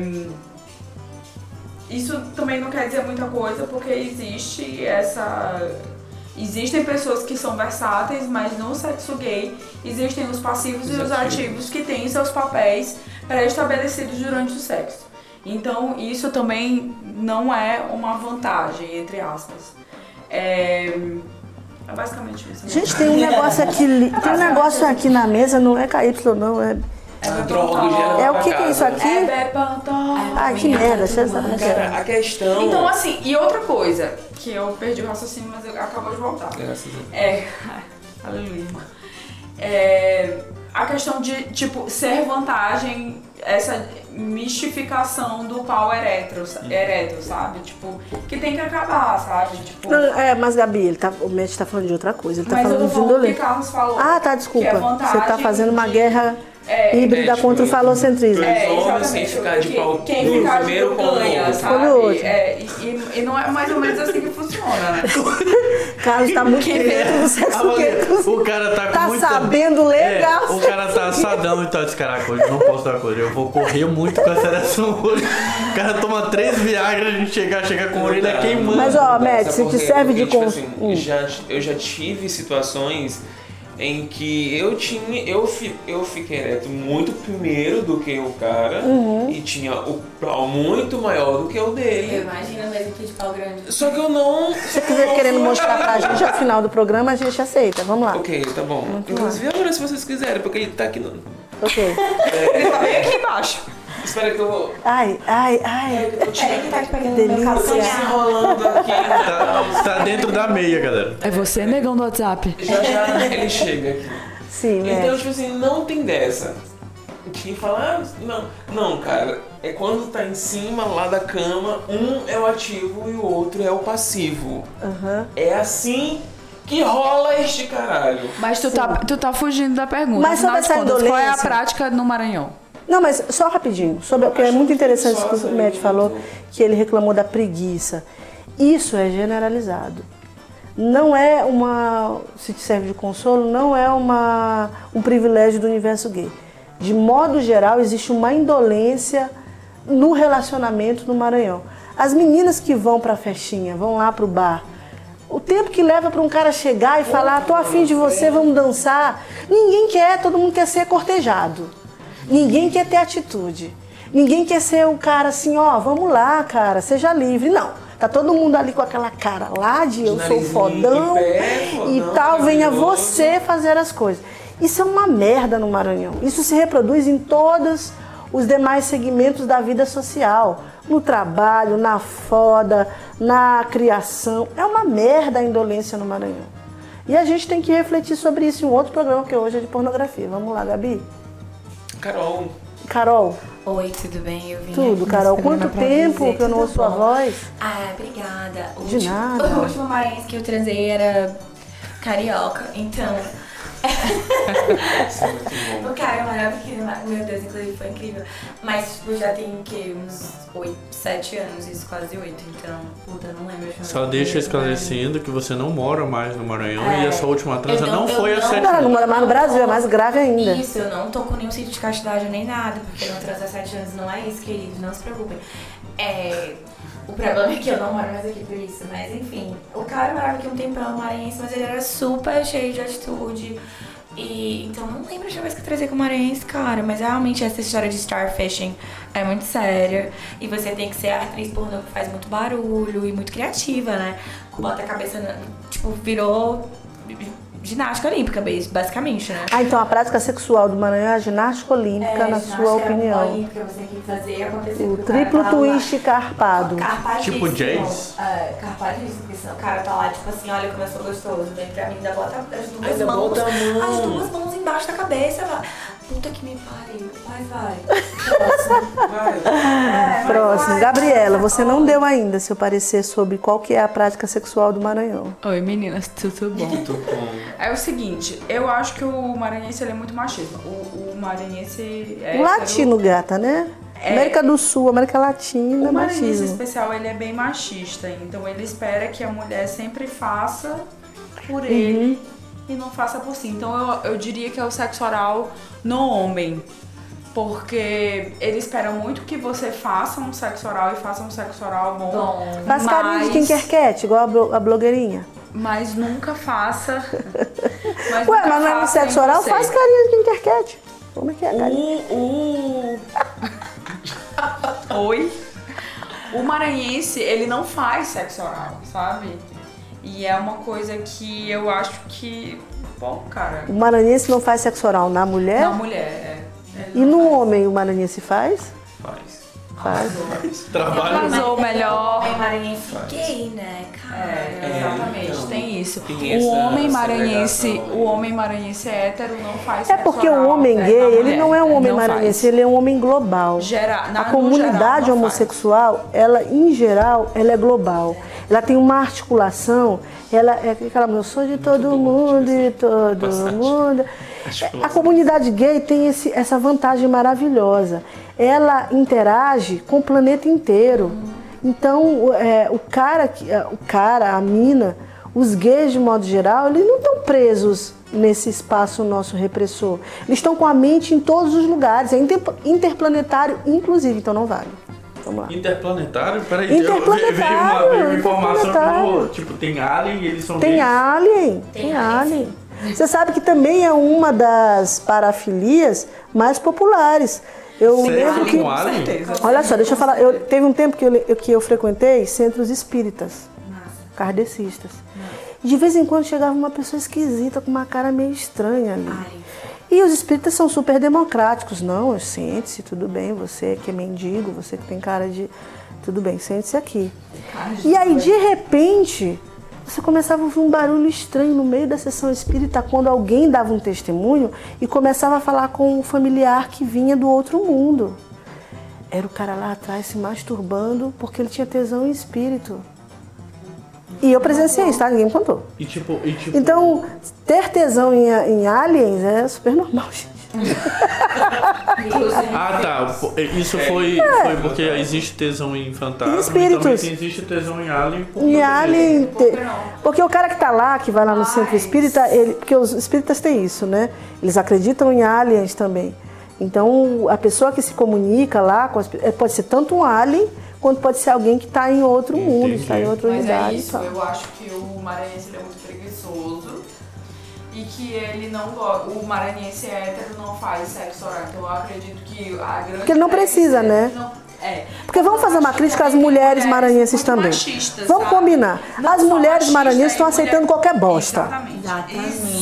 isso também não quer dizer muita coisa, porque existe essa. Existem pessoas que são versáteis, mas no sexo gay existem os passivos e os ativos que têm seus papéis pré-estabelecidos durante o sexo. Então, isso também não é uma vantagem, entre aspas. É, é basicamente isso. né? Gente, tem um negócio aqui, li- tem um negócio aqui na mesa, não é KY não, é... droga, gera É o que que é isso pra casa. né? aqui? Ai, que merda, você sabe. Cara, a questão. é Então, assim, e outra coisa, que eu perdi o raciocínio, mas eu- acabou de voltar. Graças a Deus. É. Aleluia. É, a questão de, tipo, ser vantagem, essa mistificação do pau eretro, sa- ereto, sabe? Tipo, que tem que acabar, sabe? Tipo. Não, é, mas Gabi, ele tá, o Mestre tá falando de outra coisa, ele tá mas eu falando tô de falando o que indolente. Carlos falou. Ah, tá, desculpa. Que é vantagem Você tá fazendo uma de- guerra É, híbrida é, tipo, contra o falocentrismo. dois- É, homens exatamente. têm que ficar de Quem- pau quem duro ficar de primeiro com o ganha, outro. sabe? Com o outro. É, e, e- e não é mais ou menos assim que funciona, né? Carlos tá muito dentro do Tá sexo gay. É. O cara tá com Tá muita... sabendo legal. É, o cara tá assadão e tá disse, caraca, hoje eu não posso dar coisa, eu vou correr muito com a seleção hoje. O cara toma três viagens de chegar, chegar com a tá orelha queimando. Mas, ó, Sabe Matt, se por te quê? serve de Porque, tipo cons- assim, Hum. já, Eu já tive situações em que eu tinha. Eu, fi- eu fiquei ereto muito primeiro do que o cara Uhum. e tinha o pau muito maior do que o dele. Imagina mesmo que de pau grande. Só que eu não. Se É. você quiser querendo mostrar pra gente ao final do programa, a gente aceita. Vamos lá. Ok, tá bom. Inclusive agora se vocês quiserem, porque ele tá aqui. No... Ok. Ele tá É. bem aqui embaixo. Espera que eu vou. Ai, ai, ai. Eu tirei que tá te pegando no meu Delícia. Tá calcanhar. rolando aqui. Tá, tá dentro da meia, galera. É você, negão do WhatsApp. Já já ele chega aqui. Sim, Então, né? tipo assim, não tem dessa. Quem fala, ah, não, não, cara, é quando tá em cima lá da cama, um é o ativo e o outro é o passivo. Aham. É assim que rola este caralho. Mas tu tá, tu tá fugindo da pergunta. Mas Afinal sobre de essa contas, qual é a indolência- prática no Maranhão? Não, mas só rapidinho, sobre porque é muito interessante isso que o Matt falou, que ele reclamou da preguiça. Isso é generalizado. Não é uma, se te serve de consolo, não é uma, um privilégio do universo gay. De modo geral, existe uma indolência no relacionamento no Maranhão. As meninas que vão pra festinha, vão lá pro bar, O tempo que leva pra um cara chegar e falar, tô afim de você, vamos dançar. Ninguém quer, todo mundo quer ser cortejado. Ninguém quer ter atitude. Ninguém quer ser o cara assim, ó, vamos lá, cara, seja livre. Não. Tá todo mundo ali com aquela cara lá de eu sou Narizinho fodão em pé, e fodão, tal, venha maravilhoso. você fazer as coisas. Isso é uma merda no Maranhão. Isso se reproduz em todos os demais segmentos da vida social. No trabalho, na foda, na criação. É uma merda a indolência no Maranhão. E a gente tem que refletir sobre isso em um outro programa, que hoje é de pornografia. Vamos lá, Gabi. Carol, Carol, Oi, tudo bem? Eu vim tudo, aqui Carol. nesse programa Quanto pra tempo dizer que eu não tudo ouço sua bom. voz? Ah, obrigada. O De último- nada. O último maranhense que eu transei era carioca, então. isso é muito bom. O cara é maravilhoso, meu Deus, inclusive foi incrível. Mas, tipo, já tem que uns 8, 7 anos, isso, quase 8, então, puta, não lembro. Só deixa esclarecendo que você não mora mais no Maranhão e É. a sua última transa Eu não, não- eu foi a não- sete. Ela Então, não mora mais no Brasil, é mais grave ainda. Isso, eu não tô com nenhum sítio de castidade nem nada, porque não transa há 7 anos, não é isso, querido, não se preocupem. É, o problema é que eu não moro mais aqui por isso, mas enfim. O cara morava aqui um tempão, maranhense, mas ele era super cheio de atitude, E então não lembro de vez que eu trazei Guimarães, cara, mas realmente essa história de starfishing é muito séria. E você tem que ser a atriz pornô que faz muito barulho e muito criativa, né? Bota a cabeça, na, tipo, virou ginástica olímpica, bas- basicamente, né? Ah, então a prática sexual do Maranhão é a ginástica é olímpica, na sua opinião. Olímpica, você tem que fazer acontecer. O triplo twist carpado. Tipo James? É, carpadíssimo, porque senão o cara tá lá, tipo assim, olha como eu sou gostoso, vem pra mim, ainda bota as duas Ainda mãos. bota a mão. As duas mãos embaixo da cabeça, vai. Puta que me pariu. Vai, vai. Próximo. Vai. É, Próximo. vai, vai. Gabriela, você não deu ainda seu parecer sobre qual que é a prática sexual do Maranhão. Oi, meninas, tudo bom? Tô com. É o seguinte, eu acho que o maranhense ele é muito machista. O, o maranhense é. O latino, gata, né? América do Sul, América Latina, O maranhense em machismo. especial, ele é bem machista, então ele espera que a mulher sempre faça Uhum. por ele e não faça por si. Então eu, eu diria que é o sexo oral no homem, porque ele espera muito que você faça um sexo oral e faça um sexo oral bom, Bom. Faz carinho de mas- quem quer cat, igual a blo- a blogueirinha. mas nunca faça. mas Ué, nunca né? mas não é no faça sexo em oral? você. Faz carinho de quem quer cat. Como é que é, carinho? O, o... Oi? O maranhense, ele não faz sexo oral, sabe? E é uma coisa que eu acho que... Bom, cara... O maranhense não faz sexo oral na mulher? Na mulher, é. E no homem o maranhense faz? Faz. Faz. Trabalho. Casou melhor. Homem maranhense gay, né, cara? É, exatamente, então, tem isso. tem o essa homem maranhense, segregação aí. o homem maranhense é hétero não faz É sexo porque o oral, homem né, gay, na ele não é um mulher, homem não faz. maranhense, ele é um homem global. Gera- na- a no comunidade geral, não faz. homossexual, ela em geral, ela é global. Ela tem uma articulação, ela é aquela eu sou de todo mundo, de todo Bastante. mundo. A comunidade gay tem esse- essa vantagem maravilhosa. Ela interage com o planeta inteiro. Então, o- é, o cara, que- é, o cara, a mina, os gays de modo geral, eles não estão presos nesse espaço nosso repressor. Eles estão com a mente em todos os lugares. É inter- interplanetário, inclusive, então não vale. Vamos lá. Interplanetário? Peraí, eu- veio- veio uma, Interplanetário, veio uma informação interplanetário. que, tipo, tem alien e eles são Tem gays. alien, tem, alien. Você sabe que também é uma das parafilias mais populares. Eu lembro Sexo que com alien? Olha só, deixa eu falar. Eu, teve um tempo que eu, le- eu- que eu frequentei centros espíritas, kardecistas. E De vez em quando chegava uma pessoa esquisita, com uma cara meio estranha ali. E os espíritas são super democráticos. Não, sente-se, tudo bem, você que é mendigo, você que tem cara de. Tudo bem, sente-se aqui. E aí, de repente, você começava a ouvir um barulho estranho no meio da sessão espírita quando alguém dava um testemunho e começava a falar com um familiar que vinha do outro mundo. Era o cara lá atrás se masturbando porque ele tinha tesão em espírito. E eu presenciei isso, tá? Ninguém me contou. E tipo, e tipo... Então, ter tesão em, em aliens é super normal, gente. Ah, tá. Pô, Isso foi, foi porque existe tesão em fantasma. Em É. espíritos. E também existe tesão em alien. por conta Em desse. alien. te- Porque o cara que tá lá, que vai lá no centro espírita, ele... porque os espíritas têm isso, né? Eles acreditam em aliens também. Então, a pessoa que se comunica lá com as pe- pode ser tanto um alien quanto pode ser alguém que está em outro mundo, está em outra Mas é unidade. e isso, tal. eu acho que o maranhense ele é muito preguiçoso e que ele não gosta. O maranhense é hétero não faz sexo oral, então eu acredito que a grande. Porque ele não precisa, maioria- né? Não- é. Porque vamos fazer uma Acho que crítica às também tem mulheres maranhenses muito também. machistas, Vamos sabe? combinar. Não As só mulheres machista, maranhenses estão e mulher- aceitando qualquer bosta. Exatamente.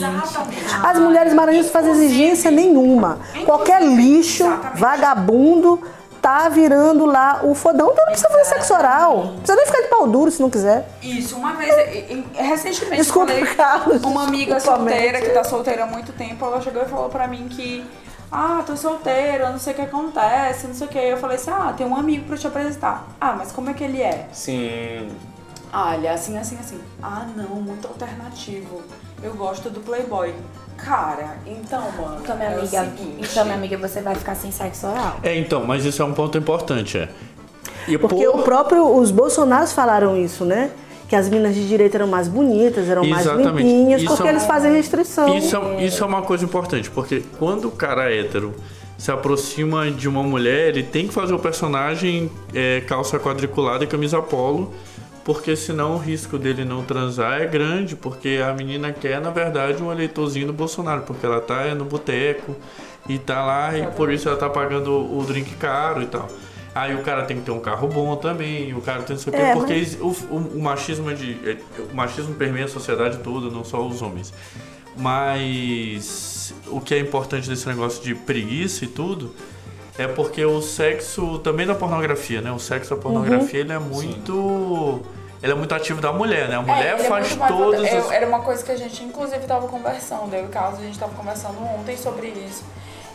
Exatamente. As mulheres maranhenses não fazem exigência nenhuma. Qualquer lixo, Exatamente. vagabundo, tá virando lá o fodão. Então não precisa fazer sexo oral. Não precisa nem ficar de pau duro se não quiser. Isso, uma vez, e- e- recentemente, eu Desculpa, falei, Carlos, uma amiga desculpa, solteira, Matt. que tá solteira há muito tempo, ela chegou e falou pra mim que, ah, tô solteira, não sei o que acontece, não sei o que. Eu falei assim, ah, tem um amigo pra te apresentar. Ah, mas como é que ele é? Sim. Ah, ele é assim, assim, assim. Ah, não, muito alternativo. Eu gosto do Playboy. Cara, então, mano, Então, minha é o amiga, seguinte. então, minha amiga, você vai ficar sem sexo oral. É, então, mas isso é um ponto importante, é. E Porque por- o próprio, os bolsonaros falaram isso, né? Que as minas de direita eram mais bonitas, eram mais Exatamente. limpinhas, Isso porque é um- eles fazem restrição. Isso é, isso é uma coisa importante, porque quando o cara é hétero se aproxima de uma mulher, ele tem que fazer o personagem é, calça quadriculada e camisa polo, porque senão o risco dele não transar é grande, porque a menina quer, na verdade, um eleitorzinho do Bolsonaro, porque ela tá é, no boteco e tá lá, e por isso ela tá pagando o drink caro e tal. Aí o cara tem que ter um carro bom também, o cara tem não sei o quê, É, porque o, o- o machismo é de. é- o machismo permeia a sociedade toda, não só os homens. Mas o que é importante desse negócio de preguiça e tudo é porque o sexo também da pornografia, né? O sexo da pornografia ele é muito. Ele é muito ativo da mulher, né? A mulher ele Uhum. é faz muito mais todas vota- eu- as. Era uma coisa que a gente, inclusive, tava conversando, eu e o Carlos, a gente tava conversando ontem sobre isso.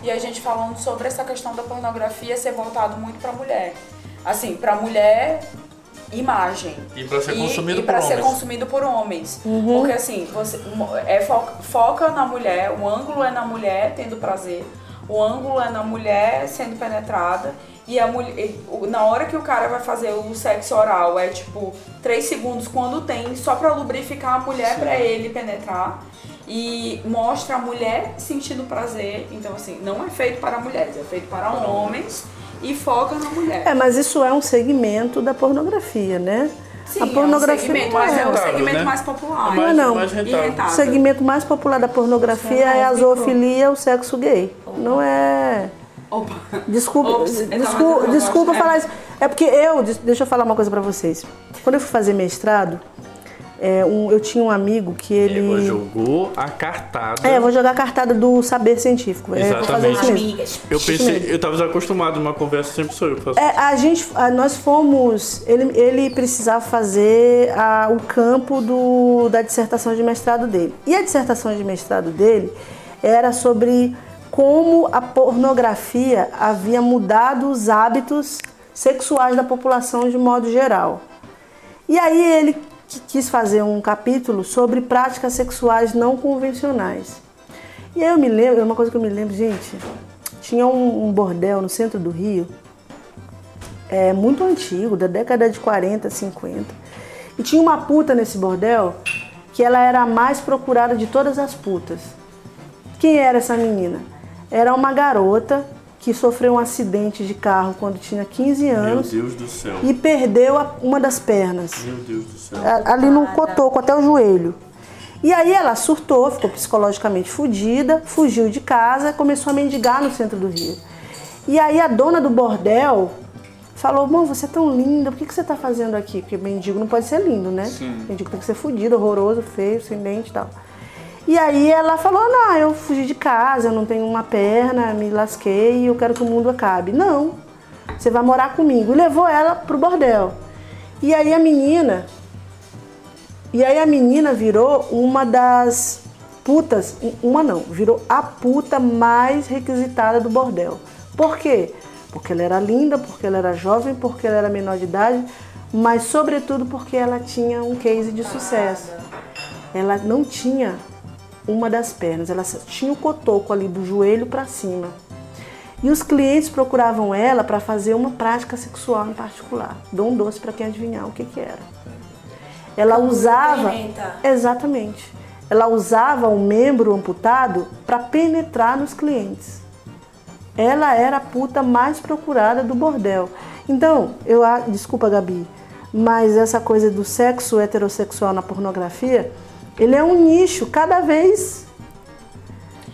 E a gente falando sobre essa questão da pornografia ser voltado muito pra mulher. Assim, pra mulher, imagem. E pra ser E- consumido e pra por ser homens. consumido por homens. Uhum. Porque assim, você mo- é fo- foca na mulher, o ângulo é na mulher tendo prazer, o ângulo é na mulher sendo penetrada. E a mulher, e o- na hora que o cara vai fazer o sexo oral, é tipo 3 segundos quando tem, só pra lubrificar a mulher pra ele penetrar. E mostra a mulher sentindo prazer. Então, assim, não é feito para mulheres, é feito para homens e foca na mulher. É, mas isso é um segmento da pornografia, né? Sim, a pornografia é um segmento, não mas é um rentável, segmento né? mais Não popular. é mais, não. mais E rentável. O rentável. segmento mais popular da pornografia é a zoofilia, o sexo gay. Não é. Opa. Desculpa, Ops, eu tava desculpa, fazendo desculpa proposta. falar isso. É porque eu, des- deixa eu falar uma coisa pra vocês. Quando eu fui fazer mestrado, é, um- eu tinha um amigo que ele. Ela jogou a cartada. É, eu vou jogar a cartada do saber científico. É, vou fazer isso Exatamente. mesmo. Amigas. Eu pensei, eu tava desacostumado numa conversa, sempre sou eu que faço. É, a gente, a- nós fomos. Ele, ele precisava fazer a- o campo do- da dissertação de mestrado dele. E a dissertação de mestrado dele era sobre como a pornografia havia mudado os hábitos sexuais da população de modo geral. E aí ele qui- quis fazer um capítulo sobre práticas sexuais não convencionais. E aí eu me lembro, é uma coisa que eu me lembro, gente, tinha um- um bordel no centro do Rio é muito antigo, da década de 40, 50. E tinha uma puta nesse bordel que ela era a mais procurada de todas as putas. Quem era essa menina? Era uma garota que sofreu um acidente de carro quando tinha 15 Meu anos Deus do céu. e perdeu a- uma das pernas Meu Deus do céu. a- ali no cotoco, até o joelho. E aí ela surtou, ficou psicologicamente fodida, fugiu de casa, começou a mendigar no centro do Rio. E aí a dona do bordel falou, bom, você é tão linda, por que, que você tá fazendo aqui? Porque mendigo não pode ser lindo, né? Mendigo tem que ser fudido, horroroso, feio, sem dente e tal. E aí ela falou, não, eu fugi de casa, eu não tenho uma perna, me lasquei, eu quero que o mundo acabe. Não, você vai morar comigo. E levou ela pro bordel. E aí a menina e aí a menina virou uma das putas, um, uma não, virou a puta mais requisitada do bordel. Por quê? Porque ela era linda, porque ela era jovem, porque ela era menor de idade, mas sobretudo porque ela tinha um case de sucesso. Ela não tinha uma das pernas, ela só tinha o cotoco ali do joelho pra cima. E os clientes procuravam ela pra fazer uma prática sexual em particular. Dou um doce pra quem adivinhar o que que era. Ela usava. Experimenta. Exatamente. Ela usava o membro amputado para penetrar nos clientes. Ela era a puta mais procurada do bordel. Então, eu. a- Desculpa, Gabi, mas essa coisa do sexo heterossexual na pornografia, ele é um nicho cada vez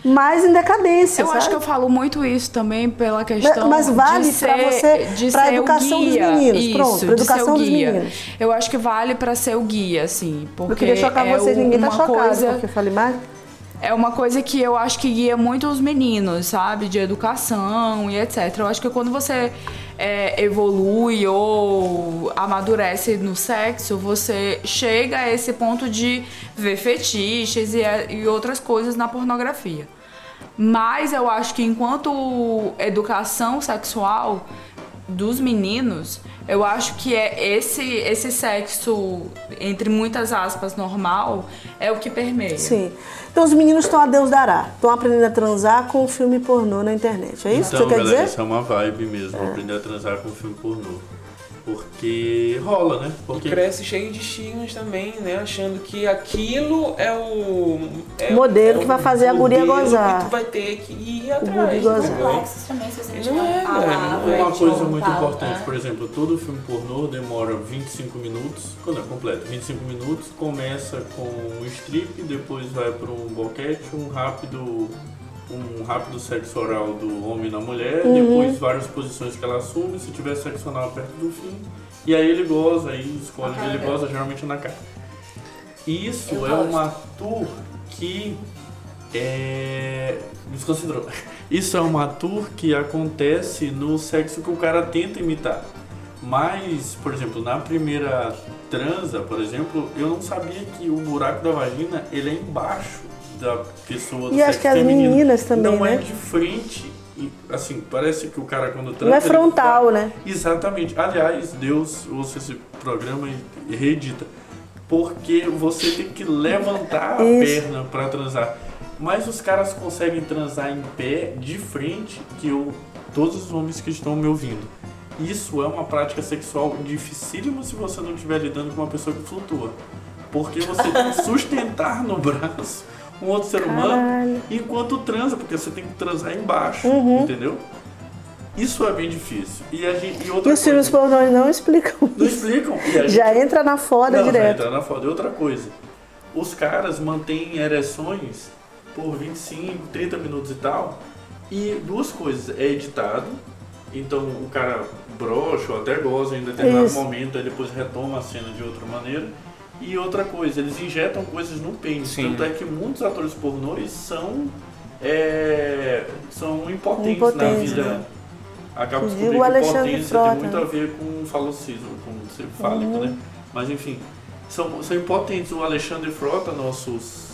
mais em decadência. Eu sabe? acho que eu falo muito isso também pela questão mas vale de pra ser, você- de pra ser o educação dos guia. meninos, isso, pronto, pra de ser educação o dos guia. meninos. Eu acho que vale pra ser o guia, assim, porque Eu queria chocar é vocês, ninguém tá uma chocado, coisa porque eu falei, mas. é uma coisa que eu acho que guia muito os meninos, sabe? De educação e etc. Eu acho que quando você é, evolui ou amadurece no sexo, você chega a esse ponto de ver fetiches e, é, e outras coisas na pornografia. Mas eu acho que enquanto educação sexual dos meninos, eu acho que é esse esse sexo entre muitas aspas normal é o que permeia. Sim. Então os meninos estão a Deus dará. Estão aprendendo a transar com um filme pornô na internet. É então, isso que você quer galera, dizer? isso é uma vibe mesmo, aprender a transar com filme pornô. O Porque rola, né? E Porque cresce cheio de estigmas também, né? Achando que aquilo é o. é o- Modelo é que o vai fazer a guria modelo gozar. Que tu vai ter que ir guri atrás. gozar. entendeu? Complexos também, se você não Não tiver é, palavra, velho, Uma de coisa muito vontade, importante, né? por exemplo, todo filme pornô demora 25 minutos, quando é completo, 25 minutos, começa com um strip, depois vai para um boquete, um rápido um rápido sexo oral do homem na mulher, Uhum. depois várias posições que ela assume, se tiver sexo anal perto do fim, e aí ele goza, aí escolhe onde ele goza, geralmente na cara. Isso Eu é gosto. uma tour que é... Desconcentrou. Isso é uma tour que acontece no sexo que o cara tenta imitar. Mas, por exemplo, na primeira transa, por exemplo, eu não sabia que o buraco da vagina, ele é embaixo da pessoa do E sexo acho que as feminino. meninas também, Não é né? de frente, e, assim, parece que o cara quando transa... Não é ele- frontal, né? Exatamente. Aliás, Deus ouça esse programa e reedita. Porque você tem que levantar a Isso. perna pra transar. Mas os caras conseguem transar em pé, de frente, que eu, todos os homens que estão me ouvindo. Isso é uma prática sexual dificílima se você não estiver lidando com uma pessoa que flutua. Porque você tem que sustentar no braço um outro ser humano Caralho. Uhum. enquanto transa, porque você tem que transar embaixo, entendeu? Isso é bem difícil. E, a gente, e outra E os filmes coisa, pornôs não explicam não isso. explicam. E a Já gente- entra na foda não, então direto. Já entra na foda. E outra coisa, os caras mantêm ereções por 25, 30 minutos e tal. E duas coisas, é editado, então o cara brocha ou até goza em determinado Isso. momento, aí depois retoma a cena de outra maneira. E outra coisa, eles injetam coisas no pênis. Sim. Tanto é que muitos atores pornôs são, é, são impotentes, na Impotentes, vida. né? Acaba Digo descobrindo o que Alexandre potência Frota, Uhum. tem muito né? a ver com falocismo, com ser fálico, né? Mas enfim, são, são impotentes. O Alexandre Frota, nossos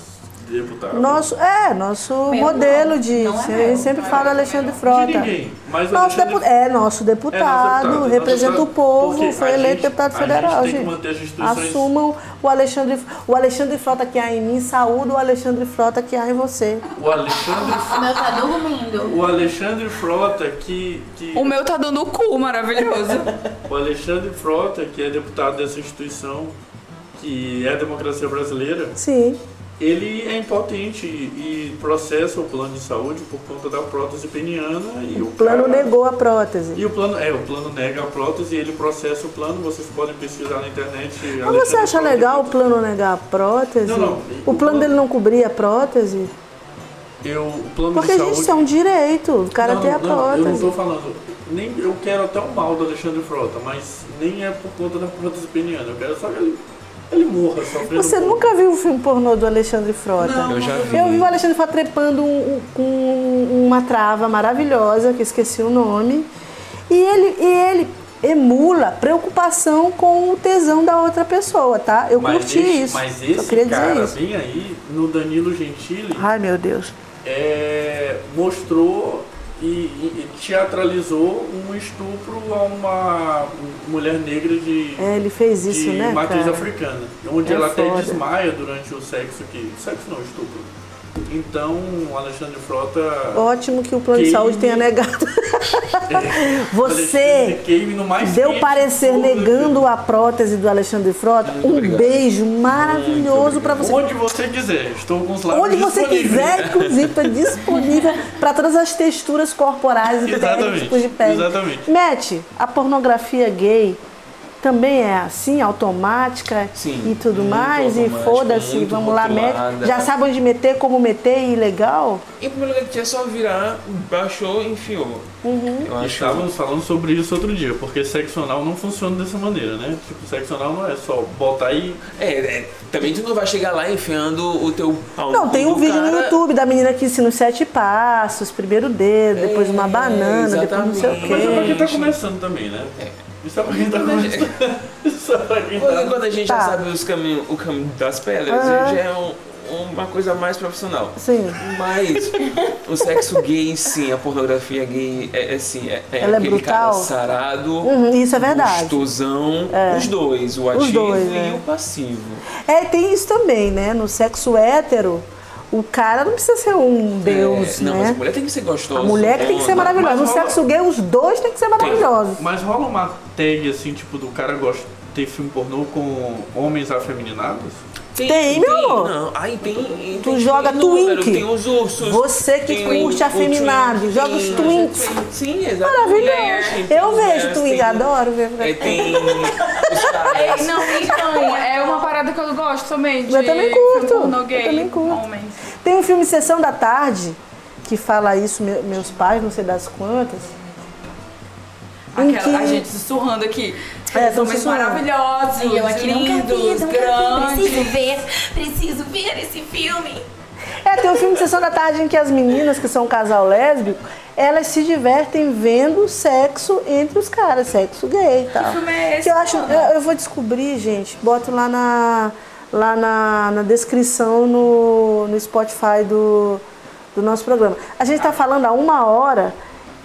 deputados. Nosso, é, nosso Meu modelo de. não é Ele meu, sempre não é fala meu, Alexandre de Frota. ninguém. Mas o Nosso Alexandre depu- É, nosso é nosso deputado, deputado, representa nosso o povo, porque foi a eleito gente- deputado federal, a gente. Tem que gente. manter as instituições. Assumam o Alexandre, o Alexandre Frota que há em mim, saúda o Alexandre Frota que há em você. O Alexandre, O meu tá dormindo. o Alexandre Frota, que. que O meu tá dando o cu maravilhoso. O Alexandre Frota, que é deputado dessa instituição, que é a democracia brasileira, Sim. ele é impotente e e processa o plano de saúde por conta da prótese peniana e o O plano cara- negou a prótese. E o plano, é, o plano nega a prótese e ele processa o plano, vocês podem pesquisar na internet. Mas você Alexandre acha Frota. legal o plano negar a prótese? Não, não. O plano dele não cobrir a prótese? Eu, o plano Porque, de gente, saúde... isso é um direito. O cara não, tem a não, não, eu não tô prótese. falando. Nem, eu quero até o mal do Alexandre Frota, mas nem é por conta da prótese peniana. Eu quero só que ele, ele morra sofrendo. Você um pouco. nunca viu o filme pornô do Alexandre Frota? Eu já vi. Eu vi o Alexandre Frota trepando um- um- com um, uma trava maravilhosa, que eu esqueci o nome. E ele, e ele emula preocupação com o tesão da outra pessoa, tá? Eu mas curti esse, isso. Mas Só esse queria dizer cara isso. Ah. bem aí, no Danilo Gentili, Ai, meu Deus. é, mostrou e, e- e teatralizou um estupro a uma mulher negra de, É, ele fez isso, de né, matriz cara? africana, onde É ela foda. até desmaia durante o sexo que sexo não estupro. Então, o Alexandre Frota Ótimo que o plano de Que- saúde tenha negado. Você Alexandre Cave no mais deu quente parecer público. negando a prótese do Alexandre Frota. Um beijo maravilhoso pra você. Onde você quiser, estou com os lábios Onde você disponíveis. quiser, inclusive, está disponível para todas as texturas corporais e Exatamente, tipos de pele. exatamente. Matt, a pornografia gay também é assim, automática Sim, e tudo muito mais? E automática, foda-se, muito vamos lá, rotulada. mete. Já sabe onde meter, como meter e legal? Em primeiro lugar, tinha só virar, baixou e enfiou. Uhum. Eu acho Estávamos falando sobre isso outro dia, porque sexo anal não funciona dessa maneira, né? Tipo, sexo anal não é só botar e É, é, também tu não vai chegar lá enfiando o teu pau Não, cu tem um do vídeo no cara. YouTube da menina que ensina os sete passos, primeiro dedo, depois uma É, banana, depois não sei o exatamente. Mas é pra quem quê. tá começando também, né? Isso é pra quem tá começando. Isso é pra quem Porque tá. quando a gente Tá. já sabe os caminho, o caminho das pedras, Aham. já é um- uma coisa mais profissional. Sim. Mas o sexo gay, sim, a pornografia gay, é, é sim, é, é Ela é aquele brutal? cara sarado, Uhum, isso é verdade. É. gostosão, os dois, o Os ativo dois, e né? o passivo. É, tem isso também, né? No sexo hétero, O cara não precisa ser um deus, É, não, mas a né? mulher tem que ser gostosa. é a mulher que tem que ser dona. maravilhosa. No Mas rola- sexo gay, os dois têm que ser maravilhosos. Mas rola uma tag assim, tipo, do cara gosta de ter filme pornô com homens afeminados? Tem, meu amor. Não, aí tem. tem Tu joga número, Twink. Tem os ursos. Você que tem curte afeminado, Twink, joga os tem- Twinks. Sim, exato. Maravilhoso. Eu vejo Twink, adoro ver. né? É, tem os caras. Ei, não, então, é uma parada que eu gosto também. De Eu também curto, filme pornô eu gay, também curto. Homens. Tem um filme Sessão da Tarde que fala isso, me- meus pais, não sei das quantas. Em Aquela, A gente sussurrando aqui. É, tão São homens sussurrando. maravilhosos, E eu aqui um nunca vi, lindos, nunca vi, grandes. preciso ver, preciso ver esse filme. É, tem um filme de Sessão da Tarde em que as meninas, que são um casal lésbico, elas se divertem vendo sexo entre os caras, sexo gay e tal. Que filme é esse, eu, acho, eu, eu vou descobrir, gente, boto lá na, lá na, na descrição no, no Spotify do, do nosso programa. A gente tá falando há uma hora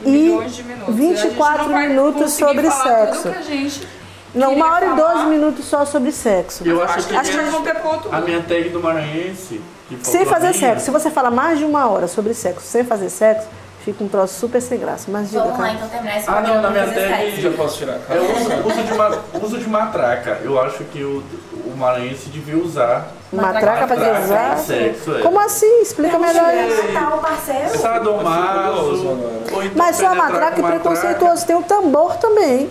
e Milhões de minutos. A 24 gente não vai minutos conseguir sobre falar sexo. Tudo que a gente Não, uma queria hora e falar. 12 minutos só sobre sexo. Eu acho que, é Acho que minha- nós vamos ter ponto. a minha tag do Maranhense. que faltou Sem a fazer minha, sexo. Se você fala mais de uma hora sobre sexo sem fazer sexo, fica um troço super sem graça. Mas diga, Vamos lá cara. então terminar esse Ah, não, programa na minha pra fazer tag- sexo. Já posso tirar a É cara? o uso, uso de ma- uso de matraca. Eu acho que o, o Maranhense devia usar. Matraca pra matraca em transar? Sexo, é. Como assim? Explica melhor isso. Matar tá, o parceiro. Sadomaso. ou então Mas só a penetrar matraca é com preconceituoso. Tem o tambor também.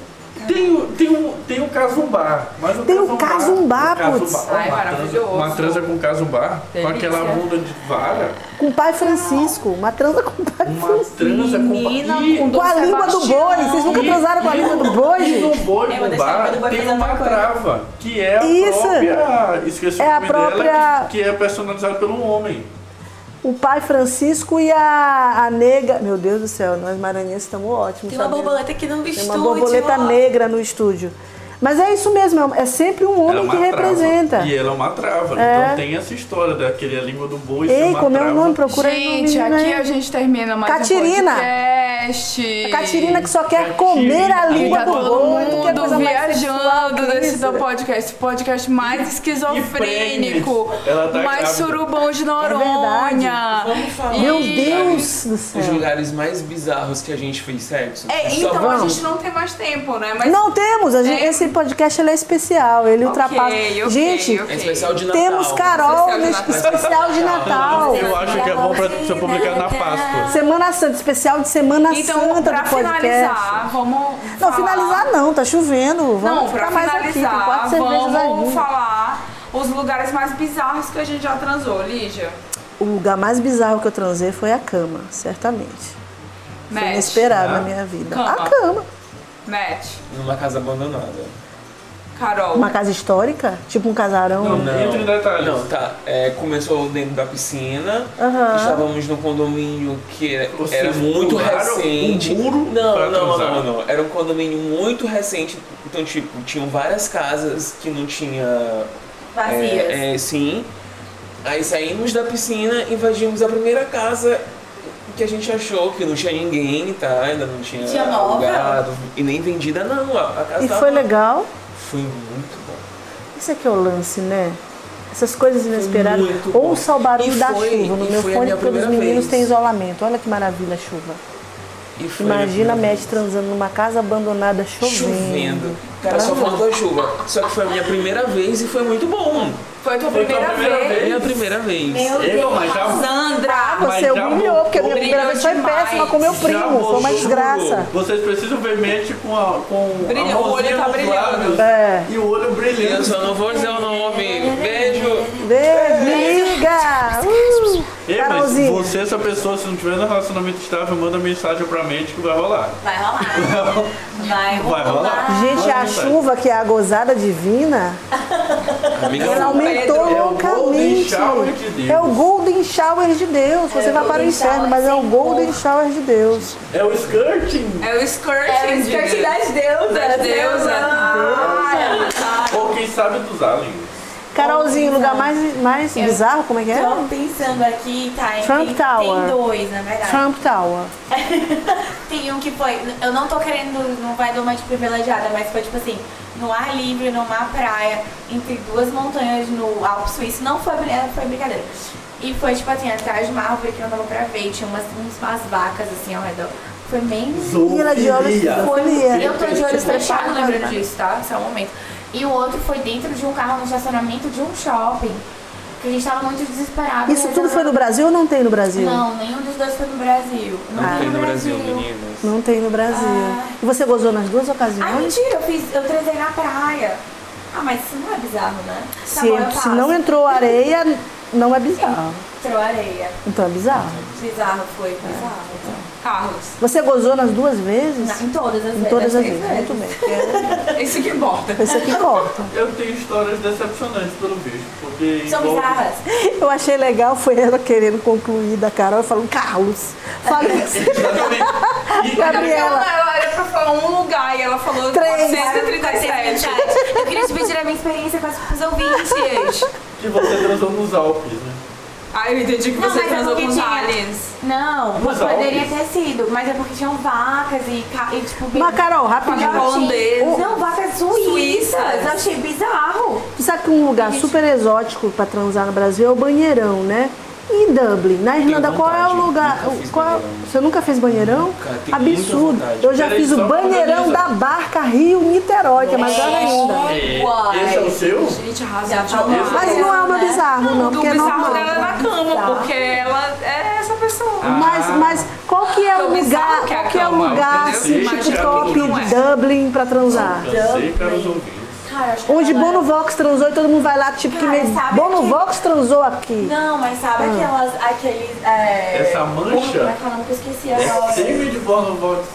Tem, o- tem, um, tem o casumbá. Mas o Tem o casumbá- casumbá, o casumbá, putz. ó, Ai, uma maravilhoso. transa- Uma transa com casumbá, com Delícia. aquela bunda de vara. Com o pai Francisco. Uma transa com o pai Uma Francisco. transa Menina com... com E- Com a Dom língua do Sebastião. boi. Vocês nunca e- transaram com a e língua no- do boi, E no gente? boi Eu vou do deixar a língua do bar boi tem fazer uma uma coisa. trava, que é a Isso. própria... Esqueci o É a nome dela, própria- que, que é personalizada pelo homem. O pai Francisco e a, a nega. Meu Deus do céu, nós maranhenses estamos ótimos. Tem uma sabemos? borboleta aqui no Tem estúdio. uma borboleta ó. negra no estúdio. Mas é isso mesmo, é sempre um Ela é homem uma que trava. representa. E ela é uma trava. É. Então tem essa história daquele a língua do boi ser Ei, uma como é trava. o nome? Procura aí. no Gente, menino aqui aí. a gente termina mais Catirina. um podcast. A Catirina que só quer comer a E língua tá do todo boi, não quer coisa mundo mais sexual viajando que nesse isso. do podcast, podcast mais esquizofrênico, E pregnant. Ela tá mais grávida. surubão de Noronha. É verdade. Vamos falar. Ah, Meu dos Deus do Os céu. lugares mais bizarros que a gente fez sexo. É, Só então a vamos. gente não tem mais tempo, né? Mas Não temos, a gente- É. esse podcast ele é especial, ele ultrapassa. ok, gente, ok. É especial de Natal. temos Carol né? Especial nesse especial de Natal. Então, de Natal. Então, Eu acho que é bom pra ser publicado na Páscoa. Semana Santa, especial de Semana Então, Santa pra do podcast. finalizar, vamos. Não, falar- finalizar não, tá chovendo. Vamos Não, pra ficar mais aqui, tem quatro finalizar, cervejas vamos ainda. falar os lugares mais bizarros que a gente já transou, Lígia. O lugar mais bizarro que eu transei foi a cama, certamente. Foi Match. inesperado É. na minha vida. Cama. A cama. Match. Numa casa abandonada. Carol. Uma casa histórica? Tipo um casarão? Entre em detalhes. Não, tá. É, começou dentro da piscina. Aham. Estávamos num condomínio que era, Vocês era muito pularam recente. o muro pra não, não, transar. não, não, não. Era um condomínio muito recente. Então, tipo, tinham várias casas que não tinha. Vazias. É, é, sim. Aí saímos da piscina, invadimos a primeira casa que a gente achou que não tinha ninguém, tá? Ainda não tinha Tinha nova? alugado e nem vendida, não. A, a casa E tava- foi legal. Foi muito bom. Isso aqui é o lance, né? Essas coisas inesperadas. Muito bom. Ouça o barulho E da foi- chuva no e meu foi a fone, minha porque os primeira meninos vez. têm isolamento. Olha que maravilha a chuva. E foi Imagina a muito bom. Matt transando numa casa abandonada chovendo. um chovendo. Cara, só faltou a chuva. Só que foi a minha primeira vez e foi muito bom. Foi tua Foi tua primeira, primeira vez. vez. Minha primeira vez. Eu, Meu Deus. mas já, Ah, Sandra! você Mas já humilhou, porque a minha voltou. primeira vez foi Brilhou péssima com meu Já primo. Foi uma voltou. desgraça. Vocês precisam ver Matt com a com Brilha- a o olho mãozinha tá nos brilhando. lábios É. E o olho Eu brilhando. só não vou dizer o nome. Beijo. É. Desliga! Uh! Ei, mas Carolzinha. você, essa pessoa, se não tiver um relacionamento estável, manda mensagem pra Matt que vai rolar. Vai rolar. Vai rolar. Vai rolar. Gente, a chuva, que é a gozada divina, Amiga, ela aumentou Pedro, é o Golden loucamente. Shower de Deus. É o Golden Shower de Deus. Você É o vai para o Golden inferno, Shower mas é o sem Golden cor. Shower de Deus. É o skirting. É o skirt. É o skirt das deusas. é. Das deusas. Ah, tá- Ou quem sabe dos aliens. Carolzinho, lugar mais, mais Eu- bizarro, como é que é? Tô pensando aqui, tá? em- Trump tem, Tower. Tem dois, na verdade. Trump Tower. Tem um que foi. Eu não tô querendo, não vai dar uma de privilegiada, mas foi tipo assim, no ar livre, numa praia, entre duas montanhas no Alpes Suíço. Não foi, brin- eh, foi brincadeira. E foi tipo assim, atrás de uma árvore que não dava pra ver, tinha umas, uns- umas vacas assim ao redor. Foi bem. Menina de olhos Foi, folia. eu tô de olhos fechados lembrando Né? disso, tá? Só um momento. E o outro foi dentro de um carro no estacionamento de um shopping. Que a gente tava muito desesperado. Isso tudo foi no no Brasil ou não tem no Brasil? Não, nenhum dos dois foi no Brasil. Não Não foi tem no Brasil, meninas. Não tem no Brasil. Ah. E você gozou nas duas Ah, ocasiões? mentira, eu fiz, eu transei na praia. Ah, mas isso não é bizarro, né? Tá se, bom, eu se faço. não entrou areia, não é bizarro. Entrou areia. Então é bizarro. Bizarro foi, bizarro. Carlos, Você gozou nas duas vezes? Na- em todas as Em vezes. todas as três vezes. Muito bem. Porque isso que importa. Esse aqui corta. Eu tenho histórias decepcionantes pelo bicho, porque. São envolve- bizarras. Eu achei legal, foi ela querendo concluir da Carol e falando, Carlos, fala Exatamente. E- Gabriela. Ela era pra falar um lugar e ela falou Três. 437. Eu queria dividir a minha experiência com os ouvintes. que você transou nos Alpes, né? Ai, eu entendi que Não, você mas é transou com porque os tinha- aliens. Não, Mas poderia óbvio. ter sido, mas é porque tinham vacas e, ca- e tipo... bem- Mas, Carol, rapidinho. Fala holandês. Não, vacas suíças. Eu achei bizarro. Tu sabe que um lugar super exótico pra transar no Brasil é o banheirão, né? E em Dublin, na Irlanda, qual é o vontade, lugar? nunca fiz qual- banheirão. Você nunca fez banheirão? Nunca, tenho Absurdo. muita vontade. Eu já Peraí, fiz só o pra banheirão da organizar. barca Rio Niterói, que é mais legal ainda. É, Esse é o seu? Gente, arrasou. Já demais. falou. Mas não é uma Né? bizarro, não, O porque é bizarro normal. dela é na cama, Bizarro. porque ela é essa pessoa. Mas, mas qual que é o Então, lugar, bizarro que é qual que é o calma, lugar assim, entendeu? Sim, tipo mas top não é. de Dublin pra transar? Cansei, caros ouvintes. Cara, acho que é. Onde aquela- Bono Vox transou e todo mundo vai lá, tipo, que Cara, meio. sabe Bono aquele- Vox transou aqui. Não, mas sabe Ah. aquelas, aqueles... É... Essa mancha? Como é que é o nome que eu esqueci É agora? sempre de bola no box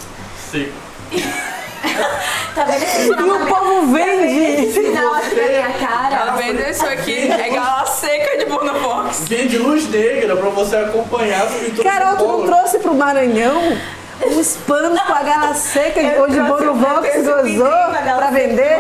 seco. É? Tá vendo esse E sinal o ali? povo vende. Sinal aqui na minha Tá cara? vendo isso aqui? É gala seca de Bonobox. Vende luz negra pra você acompanhar as pinturas. Carol, do tu não Polo. trouxe pro Maranhão uns panos com a gala seca de onde Bono Vox gozou pra vender?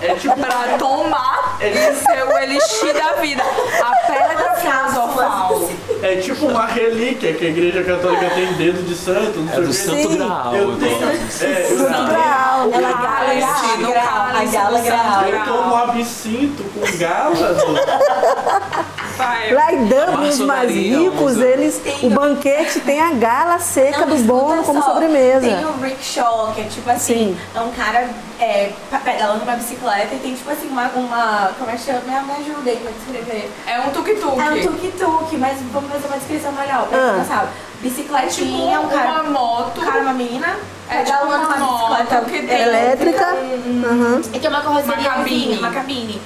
É tipo. Pra tomar e ser o elixir da vida. A pedra filosofal. É tipo uma relíquia que a igreja católica tem dedo de santo, não É sei o quê. do Santo Sim. Graal. Eu tenho. É, eu Santo tenho- Graal. Ela gala, Cálice, no gala, cálice gala, do gala. santo Eu tomo absinto com gala. do- Vai. Lá em Dublin, os mais Maçonaria, ricos, usa. eles. O banquete tem a gala seca do escuta Bono como só, Tem sobremesa. o rickshaw, que é tipo assim, Sim. é um cara é, pa- pedalando uma bicicleta e tem tipo assim uma, uma como é que chama? Me ajuda aí pra descrever. É um tuk-tuk. É um tuk-tuk, mas vamos fazer uma descrição melhor, pra Ah. quem não sabe. É tipo Bicicletinha, um uma cara, moto. um cara, uma menina, É tipo pedalando uma moto que tem Elétrica. Aham. É que é uma carroceria, Uma cabine. assim, uma cabine.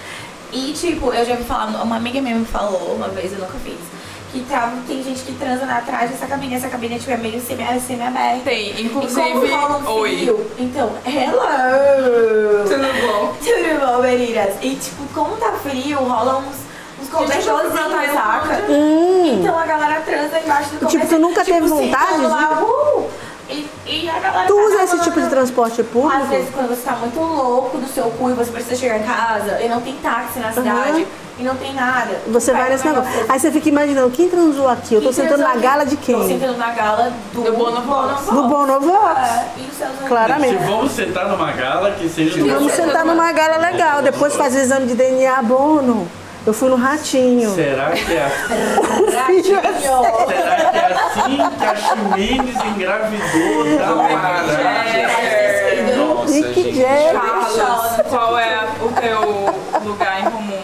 E tipo, eu já ouvi falar, uma amiga minha me falou uma vez, eu nunca fiz, que tá, tem gente que transa lá atrás dessa cabine, essa cabine tipo, é meio semi- é semi-aberta. Tem, E como inclusive. rola um Oi. frio, então, hello! Tudo bom? Tudo bom, meninas? E tipo, como tá frio, rola uns, uns cobertorzinhos, aproveitar saca? Então a galera transa embaixo do E, Hum. tipo, cobertor. tu nunca teve vontade sentando de- Lá, uh, e, e a galera Tu tá usa na esse tipo de mão. transporte público? Às vezes, quando você tá muito louco do seu cu e você precisa chegar em casa, e não tem táxi na cidade, e não tem nada. Você vai nesse negócio. Aí você fica imaginando, quem transou aqui? Eu tô sentando na gala de Tô quem? sentando na gala do, Do Bono Vox. Do Bono Vox. É, e os seus Se Claramente. vamos sentar numa gala que seja numa Vamos sentar numa gala legal, depois fazer exame de DNA Bono. Eu fui no Ratinho. é Será que é assim? Será que é amigos. assim que a Ximenes engravidou da Mara? É. Nossa, Nick gente. Jam, Carlos, qual é o teu lugar em comum?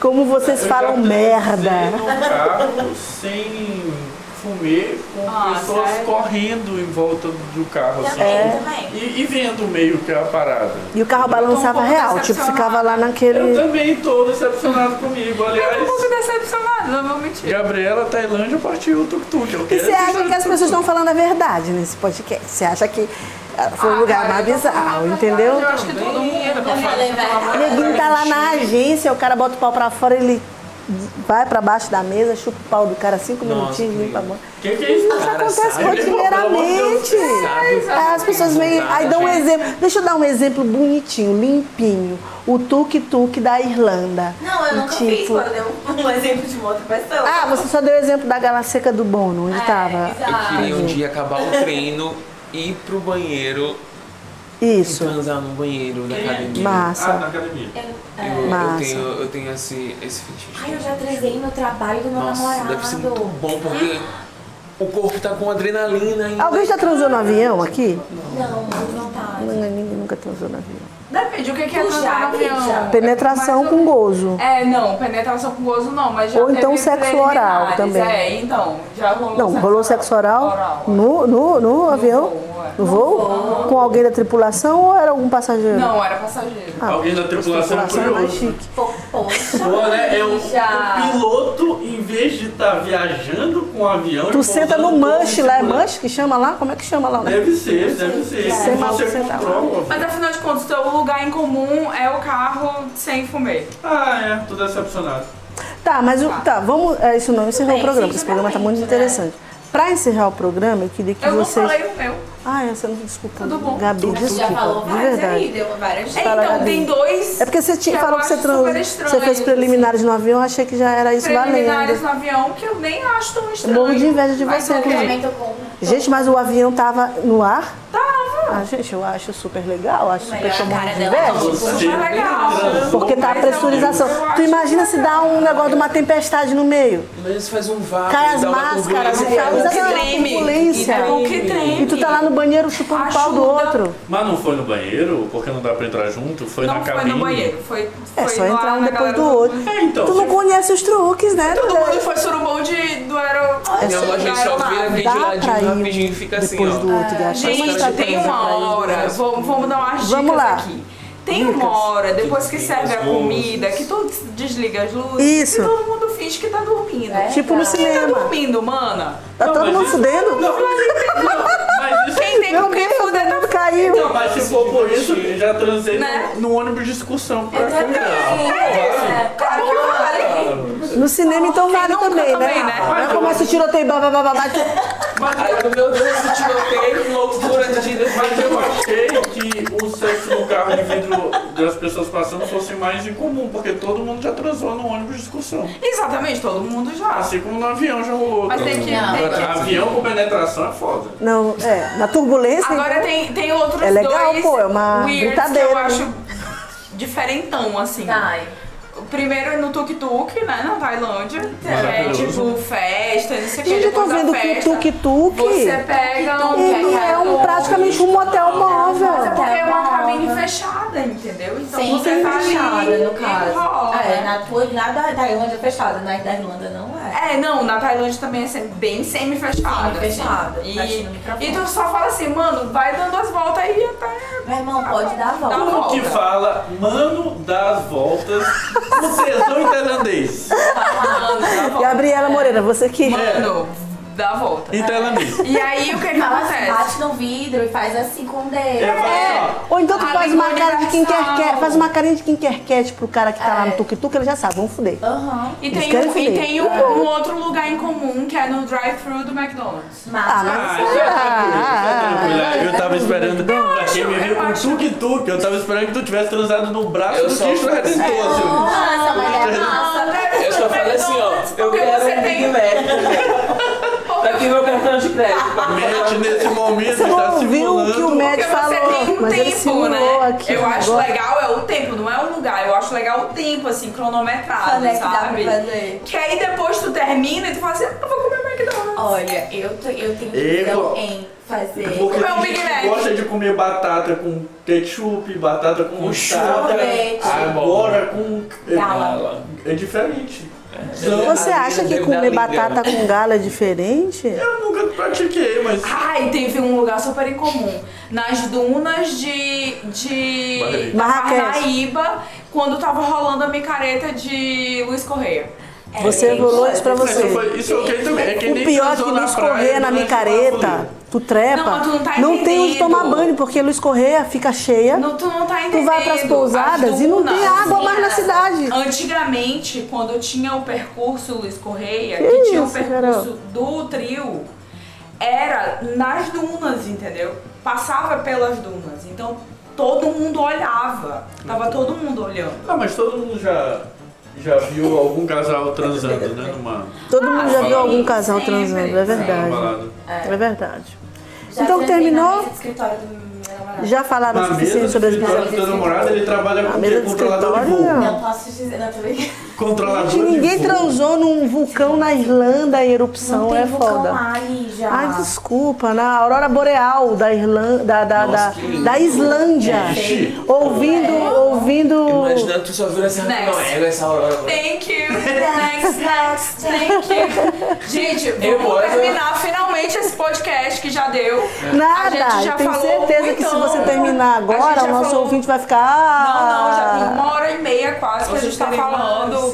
como vocês falam merda. No um carro sem fumê, com Ah, pessoas sério? correndo em volta do carro assim. Também, É. também. E, e vendo meio que é a parada. E o carro balançava pouco real, tipo, decepcionada. ficava lá Eu naquele. também tô decepcionado comigo. Eu tô um Aliás, pouco decepcionada, não vou mentir. Gabriela, Tailândia, partiu o tuk-tuk. Eu E quero você acha esse que as pessoas estão falando a verdade nesse podcast? Você acha que ah, foi um Ah, lugar cara, mais eu tô bizarro, falando entendeu? Eu acho que todo mundo. Eu falei, vai. Neguinho tá lá na agência, o cara bota o pau pra fora, ele vai pra baixo da mesa, chupa o pau do cara cinco Nossa, minutinhos, que limpa a mão. Que que é isso? Isso Cara, acontece sabe? rotineiramente. Pelo amor de Deus, sabe? É, As pessoas vêm, aí dão um Gente. exemplo. Deixa eu dar um exemplo bonitinho, limpinho. O tuk-tuk da Irlanda. Não, eu E nunca tipo- fiz quando deu um exemplo de uma outra pessoa. Ah, você só deu o exemplo da gala seca do Bono, onde É, tava. exato. Eu queria um dia acabar o treino, ir pro banheiro e Isso. transar no banheiro da academia. Massa. Ah, na academia. Eu, Eu, é. eu Massa. tenho, eu tenho esse, esse fetiche. Ai, eu já transei no trabalho do meu Nossa, namorado. deve ser muito bom, porque o corpo tá com adrenalina ainda. Alguém já transou no avião aqui? Não, não tá. Não, né? Ninguém nunca transou no avião. Depende, o que que é Tu transar já, no avião? já. Penetração Mas eu- com gozo. É, não, penetração com gozo não, mas já Ou então teve sexo oral preliminares, também. É, então, já rolou Não, rolou sexo oral no, no, no avião? voo, é. No voo? Com alguém da tripulação ou era algum passageiro? Não, era passageiro. Ah, Alguém da tripulação é tripulação é mais curioso. chique. Pô, Poxa, Pô, né? É o, já. o piloto, em vez de estar viajando com o avião... Tu e senta pousando no manche todo lá, é segurando. manche que chama lá? Como é que chama lá? né? Deve ser, deve ser. Você tá Você, mal você sentar lá. controla. Mas afinal de contas, teu lugar em comum é o carro sem fumê. Ah, é, tô decepcionado. Tá, mas o, tá, vamos. é, isso não encerrou bem, o programa, porque sim, esse programa tá muito né? interessante. Pra encerrar o programa, eu queria que Eu vocês. não falei o meu. Ah, essa não desculpa. Tudo bom. Gabi, desculpa. já falou de várias aí, verdade. deu várias É, Fala, então, Gabi. tem dois... É porque você tinha, eu falou que acho você transou. super Você estranho, fez preliminares no avião, eu achei que já era isso Preliminares valendo. no avião, que eu nem acho tão Eu estranho. morro de inveja de Mas é você, ok. inclusive. Também tô com. um Gente, mas o avião tava no ar? Tava. Ah, gente, eu acho super legal, acho super Melhor que eu morro cara de dela, Tipo, inveja. não. Você tá legal. transou, Porque tá a mas é um- pressurização. eu Tu acho é imagina se dá um negócio de uma tempestade no meio. Mas faz um vácuo, Cai as dá uma máscaras, turbulência. cai- que exatamente, uma treme, turbulência. que O que treme. E tu tá lá no banheiro chupando o pau do Ajuda. outro. Mas não foi no banheiro? Porque não dá pra entrar junto? Foi Não na foi cabine? no banheiro, foi, foi É só lá entrar um na depois galera do outro. É, então. Tu não você- conhece os truques, né? Todo Duda? mundo foi surubom de, do aero... É Não, a gente só vira Dá vídeo lá de pra ir rapidinho e fica assim, depois ó. do outro. gata. Mas tá Gente, tem transa pra uma isso. hora. Vamos, vamos dar umas Vamos dicas lá. aqui. Tem uma hora, depois que serve a As luzes. comida, que todo desliga as luzes Isso. e todo mundo finge que tá dormindo. Tipo no Quem tá cinema. dormindo, mana? Tá Não, todo mas mundo isso- é- fudendo. Não, mas isso... é- Quem tem Meu com quem Deus, fuder tá todo mundo caiu. Não, mas se for por isso, eu já transei Né? no, no ônibus de excursão pra Também. É, claro que eu falei. No cinema, então, Quem vale nunca também, né? também, né? Aí começa o tiroteio, blá, blá, blá, blá, blá. é- Aí, meu Deus, eu tiroteio, loucura de Mas eu achei que o sexo no carro de vidro das pessoas passando fosse mais incomum, porque todo mundo já transou no ônibus de excursão. Exatamente, todo mundo já. Assim como no avião já rolou. Mas tem que. Não. tem que- Agora, avião com penetração é foda. Não, é, na turbulência. Agora então, tem, tem outros É legal, dois pô, é uma weirds brincadeira, que eu né? acho diferentão, assim. Ai. O primeiro é no tuk-tuk, né, na Tailândia. que É Maravilhoso. tipo festa, não sei o que. Gente, eu tô depois da vendo que o festa, tuk-tuk Você pega um... ele é um, praticamente um motel Mas é móvel. porque é uma cabine fechada, entendeu? Então tá Sim, você tá ali fechada, no e caso. rola, É, né? na tua, na da Irlanda é fechada, na da Irlanda não é. É, não, na Tailândia também é sem- bem semi-fechada. Semi-fechada, assim. bate no microfone. E, e tu só fala assim, mano, vai dando as voltas aí até. Meu irmão, pode dar a volta. Dá a Como que fala, mano das voltas, com tesão em um tailandês? Tá Mano, dá a volta. Gabriela Moreira, você É. que. Mano, dá a volta. Em tailandês. E aí o que que Fala assim, acontece? bate no vidro e faz assim com o dedo. É, fala, Ou então tu A faz língua uma cara de quem quer universal. quer, faz uma carinha de quem quer quer tipo, pro cara que tá lá no É. tuk-tuk, ele já sabe, vamos fuder. Aham. E Eles tem, querem um, comer. e tem um, um outro lugar em comum que é no drive-thru do McDonald's. Ah, Mas, mas Ah, isso tá é tranquilo, isso é tranquilo. ah, Eu tava esperando. Pra quem me viu eu com acho. tuk-tuk, eu tava esperando que tu tivesse transado no braço Eu do só- Cristo é Redentor, Silvio. nossa, mas é massa. Eu só falei assim, ó, eu Porque quero você um tem- Big Mac. Tá aqui meu cartão de crédito. Mete nesse momento, Você tá não ouviu o que simulando. o Porque médico você tem falou, um mas ele tempo, simulou né? aqui. eu um acho negócio. legal é o tempo, não é o lugar. Eu acho legal o tempo, assim, cronometrado, Quando é que dá pra sabe? fazer? Que aí depois tu termina e tu fala assim, ah, vou comer McDonald's. Olha, eu, tô, eu tenho Ei, visão pô. em fazer. Porque Comer um tem Big gente que Mac. gosta de comer batata com ketchup, batata com mostarda, sorvete. agora com... Gala. É diferente. Você acha que comer batata com gala é diferente? Eu nunca pratiquei, mas... Ah, Ai, teve um lugar super incomum. Nas dunas de. de Barraqueira. Barraqueira. Parnaíba, quando tava rolando a micareta de Luiz Correia. Você evoluiu isso pra Mas isso, você. foi, isso é ok também. É que O nem pior é que transou na Luiz praia né? Correia na durante uma micareta, folia. tu trepa, Não, tu não tá tem onde entendendo. tomar banho, porque Luiz Correia fica cheia, Não, tu não tá entendendo. É? tu vai pras As pousadas e não tem dunas, água mais na dunas. cidade. Antigamente, quando tinha o percurso Luiz Correia, Que que, tinha o isso, percurso do trio, era nas dunas, entendeu? Passava pelas dunas. Então todo mundo olhava. Tava todo mundo olhando. Ah, mas todo mundo já, já viu algum casal transando, né? Numa, Todo mundo já sim, viu algum casal sempre, transando, é sempre. numa verdade. balada. É verdade. Já Então sentei na terminou? mesa do escritório do meu namorado. Já falaram o Na mesa do suficiente sobre as escritório minhas do teu namorado, ele trabalha Na com o mesa quê? do Controlador de escritório, voo. Não posso te dizer, não, tô brincando. Controlador de Gente, voo. ninguém transou num vulcão na Irlanda em erupção, Não tem um é vulcão foda. lá, Lígia. Ai, desculpa, na Aurora Boreal da Irlanda, da, da, da, da Islândia. Ixi. Ouvindo, ouvindo. Imaginando que tu só viu essa Next. não é essa aurora. Thank you. Next, next, thank you. Gente, Eu vamos vou- terminar finalmente esse podcast que já deu. É. A Nada! gente já Eu tenho falou certeza que se muito. você terminar A gente agora, já o nosso falou- ouvinte vai ficar. Não, não, já Ah. tem uma hora e meia quase que a gente tá falando. assim.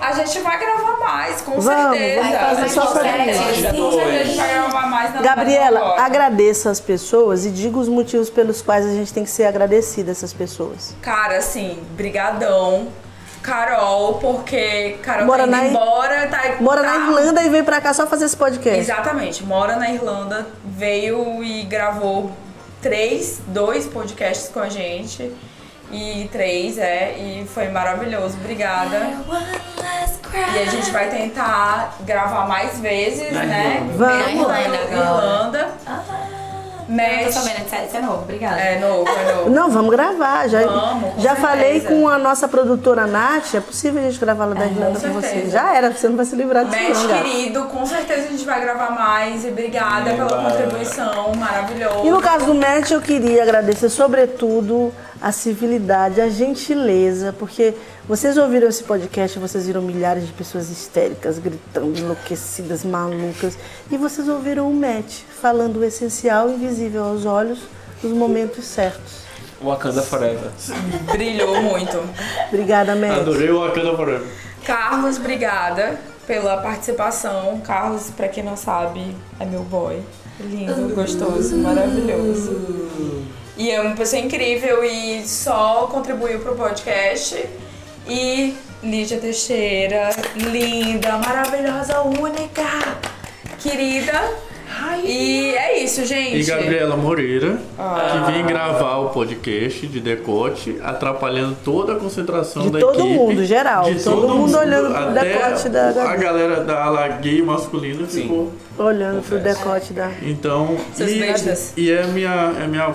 A gente vai gravar mais, com Vamos, certeza. vamos fazer Mas só não sobre sério, isso. gente. Com certeza então, a gente vai gravar mais na Gabriela, agora. agradeça as pessoas e diga os motivos pelos quais a gente tem que ser agradecida a essas pessoas. Cara, assim, brigadão. Carol, porque Carol Mora tá indo na Ir- embora, tá... Mora tá- na Irlanda e veio pra cá só fazer esse podcast. Exatamente, mora na Irlanda, veio e gravou três, dois podcasts com a gente. E três, é, e foi maravilhoso, obrigada. E a gente vai tentar gravar mais vezes, né? Vamos. Mesmo na Irlanda. Eu tô Mexe. sabendo, isso é- isso Ah. é novo, obrigada. É novo, é novo. Não, vamos gravar. Já, Vamos, com já certeza. falei com a nossa produtora Nath, é possível a gente gravar lá da Irlanda com certeza. você. Já era, você não vai se livrar disso, Mexe, não, gata. querido, com certeza a gente vai gravar mais. E obrigada pela Obrigado. contribuição, maravilhoso. E no caso do Matt, eu queria agradecer, sobretudo, a civilidade, a gentileza, porque vocês ouviram esse podcast, vocês viram milhares de pessoas histéricas, gritando, enlouquecidas, malucas. E vocês ouviram o Matt falando o essencial, invisível aos olhos, nos momentos certos. Wakanda Forever. Brilhou muito. Obrigada, Matt. Adorei o Wakanda Forever. Carlos, obrigada pela participação. Carlos, pra quem não sabe, é meu boy. Lindo, gostoso, maravilhoso. E é uma pessoa incrível e só contribuiu pro podcast. E Lídia Teixeira, linda, maravilhosa, única, querida. E é isso, gente. Ah. E Gabriela Moreira, que vem gravar o podcast de decote, atrapalhando toda a concentração De da todo equipe. mundo, geral. Todo mundo olhando pro até decote da A Gabi. galera da ala gay masculina ficou. Olhando pro decote da. Então. Seus e, bestas. e é minha. É minha.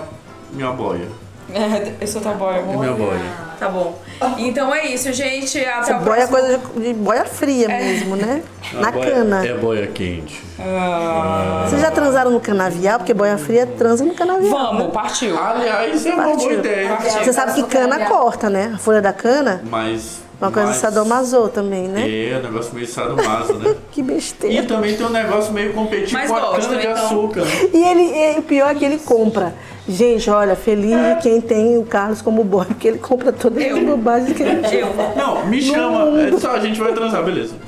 Minha boia. É, eu sou tua boy, É amor. minha boia. Tá bom. Então é isso, gente. Até Essa o boia é próximo. coisa de, de boia fria mesmo, né? Na A boia cana. É boia quente. Ah, Vocês já transaram no canavial? Porque boia fria transa no canavial. Vamos, partiu. Aliás, é uma boa Partiu. ideia. Você sabe que cana corta, né? A folha da cana, Mas. uma coisa mas, sadomaso também, né? É, um negócio meio sadomaso, né? Que E então- besteira. também tem um negócio meio competitivo Mas com a gosto, cana de então. açúcar. né? E ele, e o pior é que ele compra. Gente, olha, feliz de quem tem o Carlos como boy, porque ele compra todas as bobagens que ele tem. Não, me chama. É só, a gente vai transar, beleza.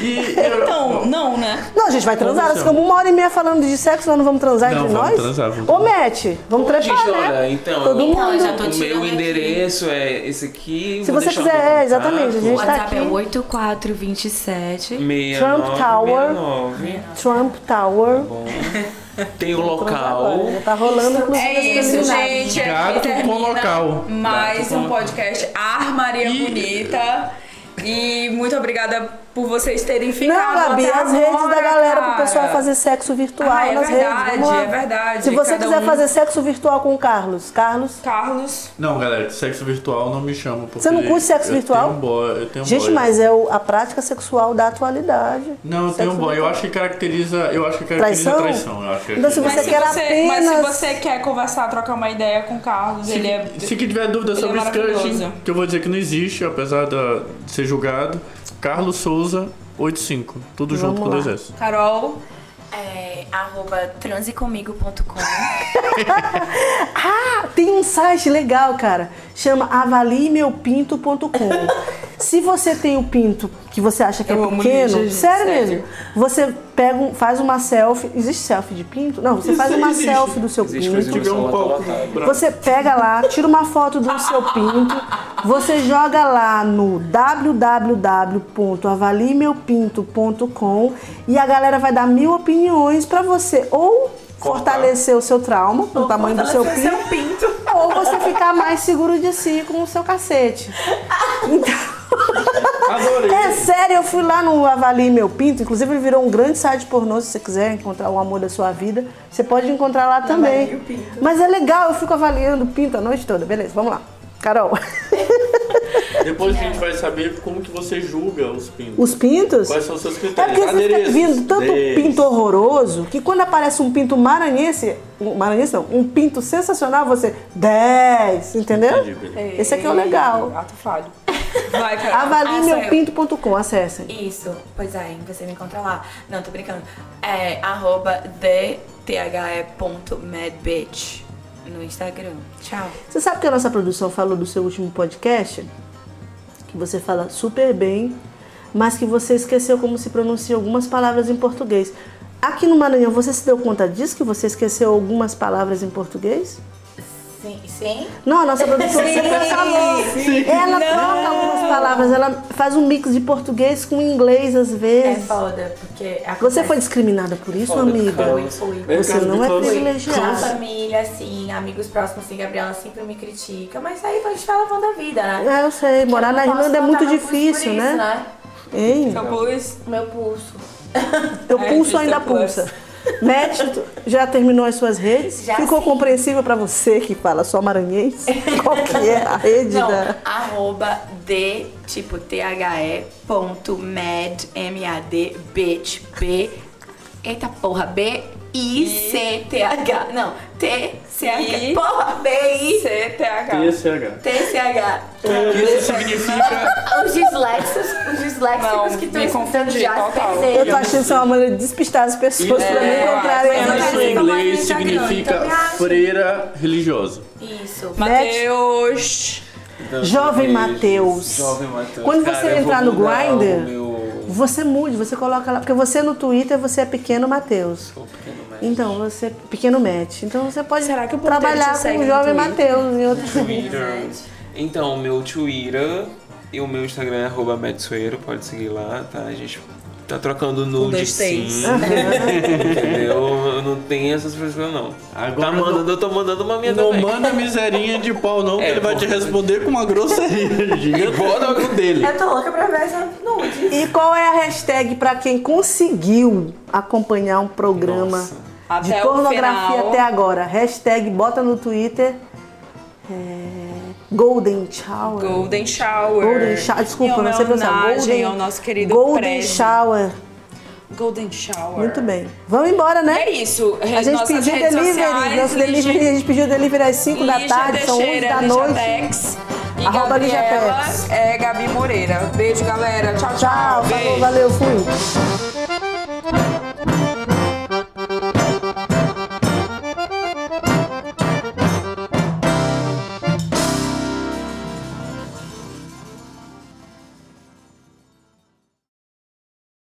E eu- Então, não, né? Não, a gente vai transar. Vamos, Nós ficamos uma hora e meia falando de sexo, nós não vamos transar Não, entre vamos nós? transar, vamos Ô, transar. Matt, vamos trepar, Gente, né? olha, então. Todo mundo. Então, eu já tô O tirando meu aqui. endereço é esse aqui. Se vou você deixar tá? o quiser, meu é, exatamente, contato. a O gente- Está WhatsApp é aqui. 8427. Trump Tower. 69. Trump Tower. Tem o local. Agora, já tá rolando, inclusive. É as isso, preliminares. gente. Gato Aqui termina com local. Mais Gato com um local. podcast Armaria E- Bonita. E muito obrigada por vocês terem ficado. Não, Gabi, até as redes agora, da galera pro cara. pessoal fazer sexo virtual tá Ah, é nas verdade, redes. Vamos lá. é verdade. Se você Cada quiser um- fazer sexo virtual com o Carlos, Carlos. Carlos. Não, galera, sexo virtual não me chama. Porque Você não curte sexo eu virtual? Tenho um boy, eu tenho um Gente, boy. mas é o- a prática sexual da atualidade. Não, eu tenho Sexo um boy. Eu virtual. acho que caracteriza. Eu acho que caracteriza Traição? traição. eu acho que Então, se caracteriza Você se quer Mas se apenas- você quer conversar, trocar uma ideia com o Carlos, Se, ele é. se que tiver dúvida ele é sobre Scratching, maravilhoso. que eu vou dizer que não existe, apesar da- de ser julgado. Carlos Souza, 85. Tudo junto com lá. dois S. Carol. É, arroba transecomigo.com. Ah, Tem um site legal, cara. Chama avalimeupinto.com. Se você tem o pinto que você acha que Eu é amo pequeno, ninja, gente, sério, sério. mesmo, você pega um- faz uma selfie. Existe selfie de pinto? Não, você Isso faz uma existe. selfie do seu Existe pinto. coisa tiver um palco branco. Você pega lá, tira uma foto do seu pinto, você joga lá no www.avalimeupinto.com e a galera vai dar mil opiniões pra você ou fortalecer o seu trauma com o tamanho do seu pinto, Seu pinto. ou você ficar mais seguro de si com o seu cacete. Adorei. É sério, eu fui lá no Avali Meu Pinto, inclusive ele virou um grande site pornô, se você quiser encontrar o amor da sua vida, você pode encontrar lá também. Mas é legal, eu fico avaliando o pinto a noite toda. Beleza, vamos lá. Carol, É. Depois a gente vai saber como que você julga os pintos. os pintos? Quais são os seus É critérios? porque você fica Adereços. vindo tanto Adereços. pinto horroroso que quando aparece um pinto maranhense, um maranhense não, um pinto sensacional, você 10, entendeu? Entendi, beleza. Esse aqui é o legal. Ah, Gato falho. Vai, cara. Avalimeupinto.com, acessem. Isso, pois aí, você me encontra lá. Não, tô brincando. É arroba dthe.madbitch no Instagram. Tchau. Você sabe que a nossa produção falou do seu último podcast? Que você fala super bem, mas que você esqueceu como se pronuncia algumas palavras em português. Aqui no Maranhão, você se deu conta disso? Que você esqueceu algumas palavras em português? Sim, sim. Não, a nossa produção Sim, sempre falou. sim. Ela Não. troca algumas palavras, ela faz um mix de português com inglês às É vezes. foda, porque a Você foi discriminada por isso, amiga? Foi, foi. É, Você cara, não é foi. A privilegiada. família, assim, amigos próximos, assim, Gabriela sempre me critica, mas aí a gente tá levando a vida, né? É, eu sei, morar Eu na não posso Irlanda é botar muito meu pulso por difícil, isso, né? Hein? Então, Seu pulso. Meu pulso. Teu É, pulso Insta ainda Plus. pulsa. Net, tu já terminou as suas redes? Já Ficou sim. compreensível pra você que fala só maranhês? Qual que é a rede Não, da... arroba de, tipo, T-H-E, ponto, mad, M-A-D, bitch, B, eita porra, B, I-C-T-H, não, T-C-H, I- porra, B-I, CTH. TSH. T-C-H. O que isso significa? Os dislexos, os disléxicos Não, que estão me escutando confundi, já se total. perderam. Eu tô achando isso é uma maneira de despistar as pessoas pra É, assim. não encontrarem é, ela. Isso em é. inglês significa freira religiosa. Isso. Mateus. Jovem Mateus. Então, é Jovem Mateus. Quando Cara, você eu vou entrar no mudar o Grindr, meu- você mude, você coloca lá. Porque você no Twitter, você é pequeno Mateus. o pequeno Mac. Então, você... Pequeno Matt. Então, você pode Será que o ponteiro trabalhar te segue com o no Jovem Twitter? Mateus em outros... Twitter. Então, o meu Twitter e o meu Instagram é arroba Metsueiro, pode seguir lá, tá? A gente tá trocando nude dois T's. sim. entendeu? Eu não tenho essas frescuras não. Agora tá mandando, eu tô mandando uma minha Não também. manda miserinha de pau, não, que É, ele vai pô. te responder com uma grosseria gigante. Bora com o dele. Eu tô louca pra ver essa nude. E qual é a hashtag pra quem conseguiu acompanhar um programa Nossa. de Até o pornografia final. até agora? Hashtag bota no Twitter é, Golden Shower. Golden Shower. Golden Shower, desculpa, Em não sei pronunciar. homenagem Golden, ao nosso querido Golden Fred. Shower. Golden Shower. Muito bem. Vamos embora, né? É isso. A gente Nossas pediu redes delivery, sociais, nosso delivery, a gente pediu delivery às 5 da Lígia tarde, são 11 Teixeira, da Lígia noite. Tex. E Arroba Lígia Gabriela Tex. é Gabi Moreira. Beijo, galera. Tchau, tchau. Tchau, falou, Beijo. valeu, fui.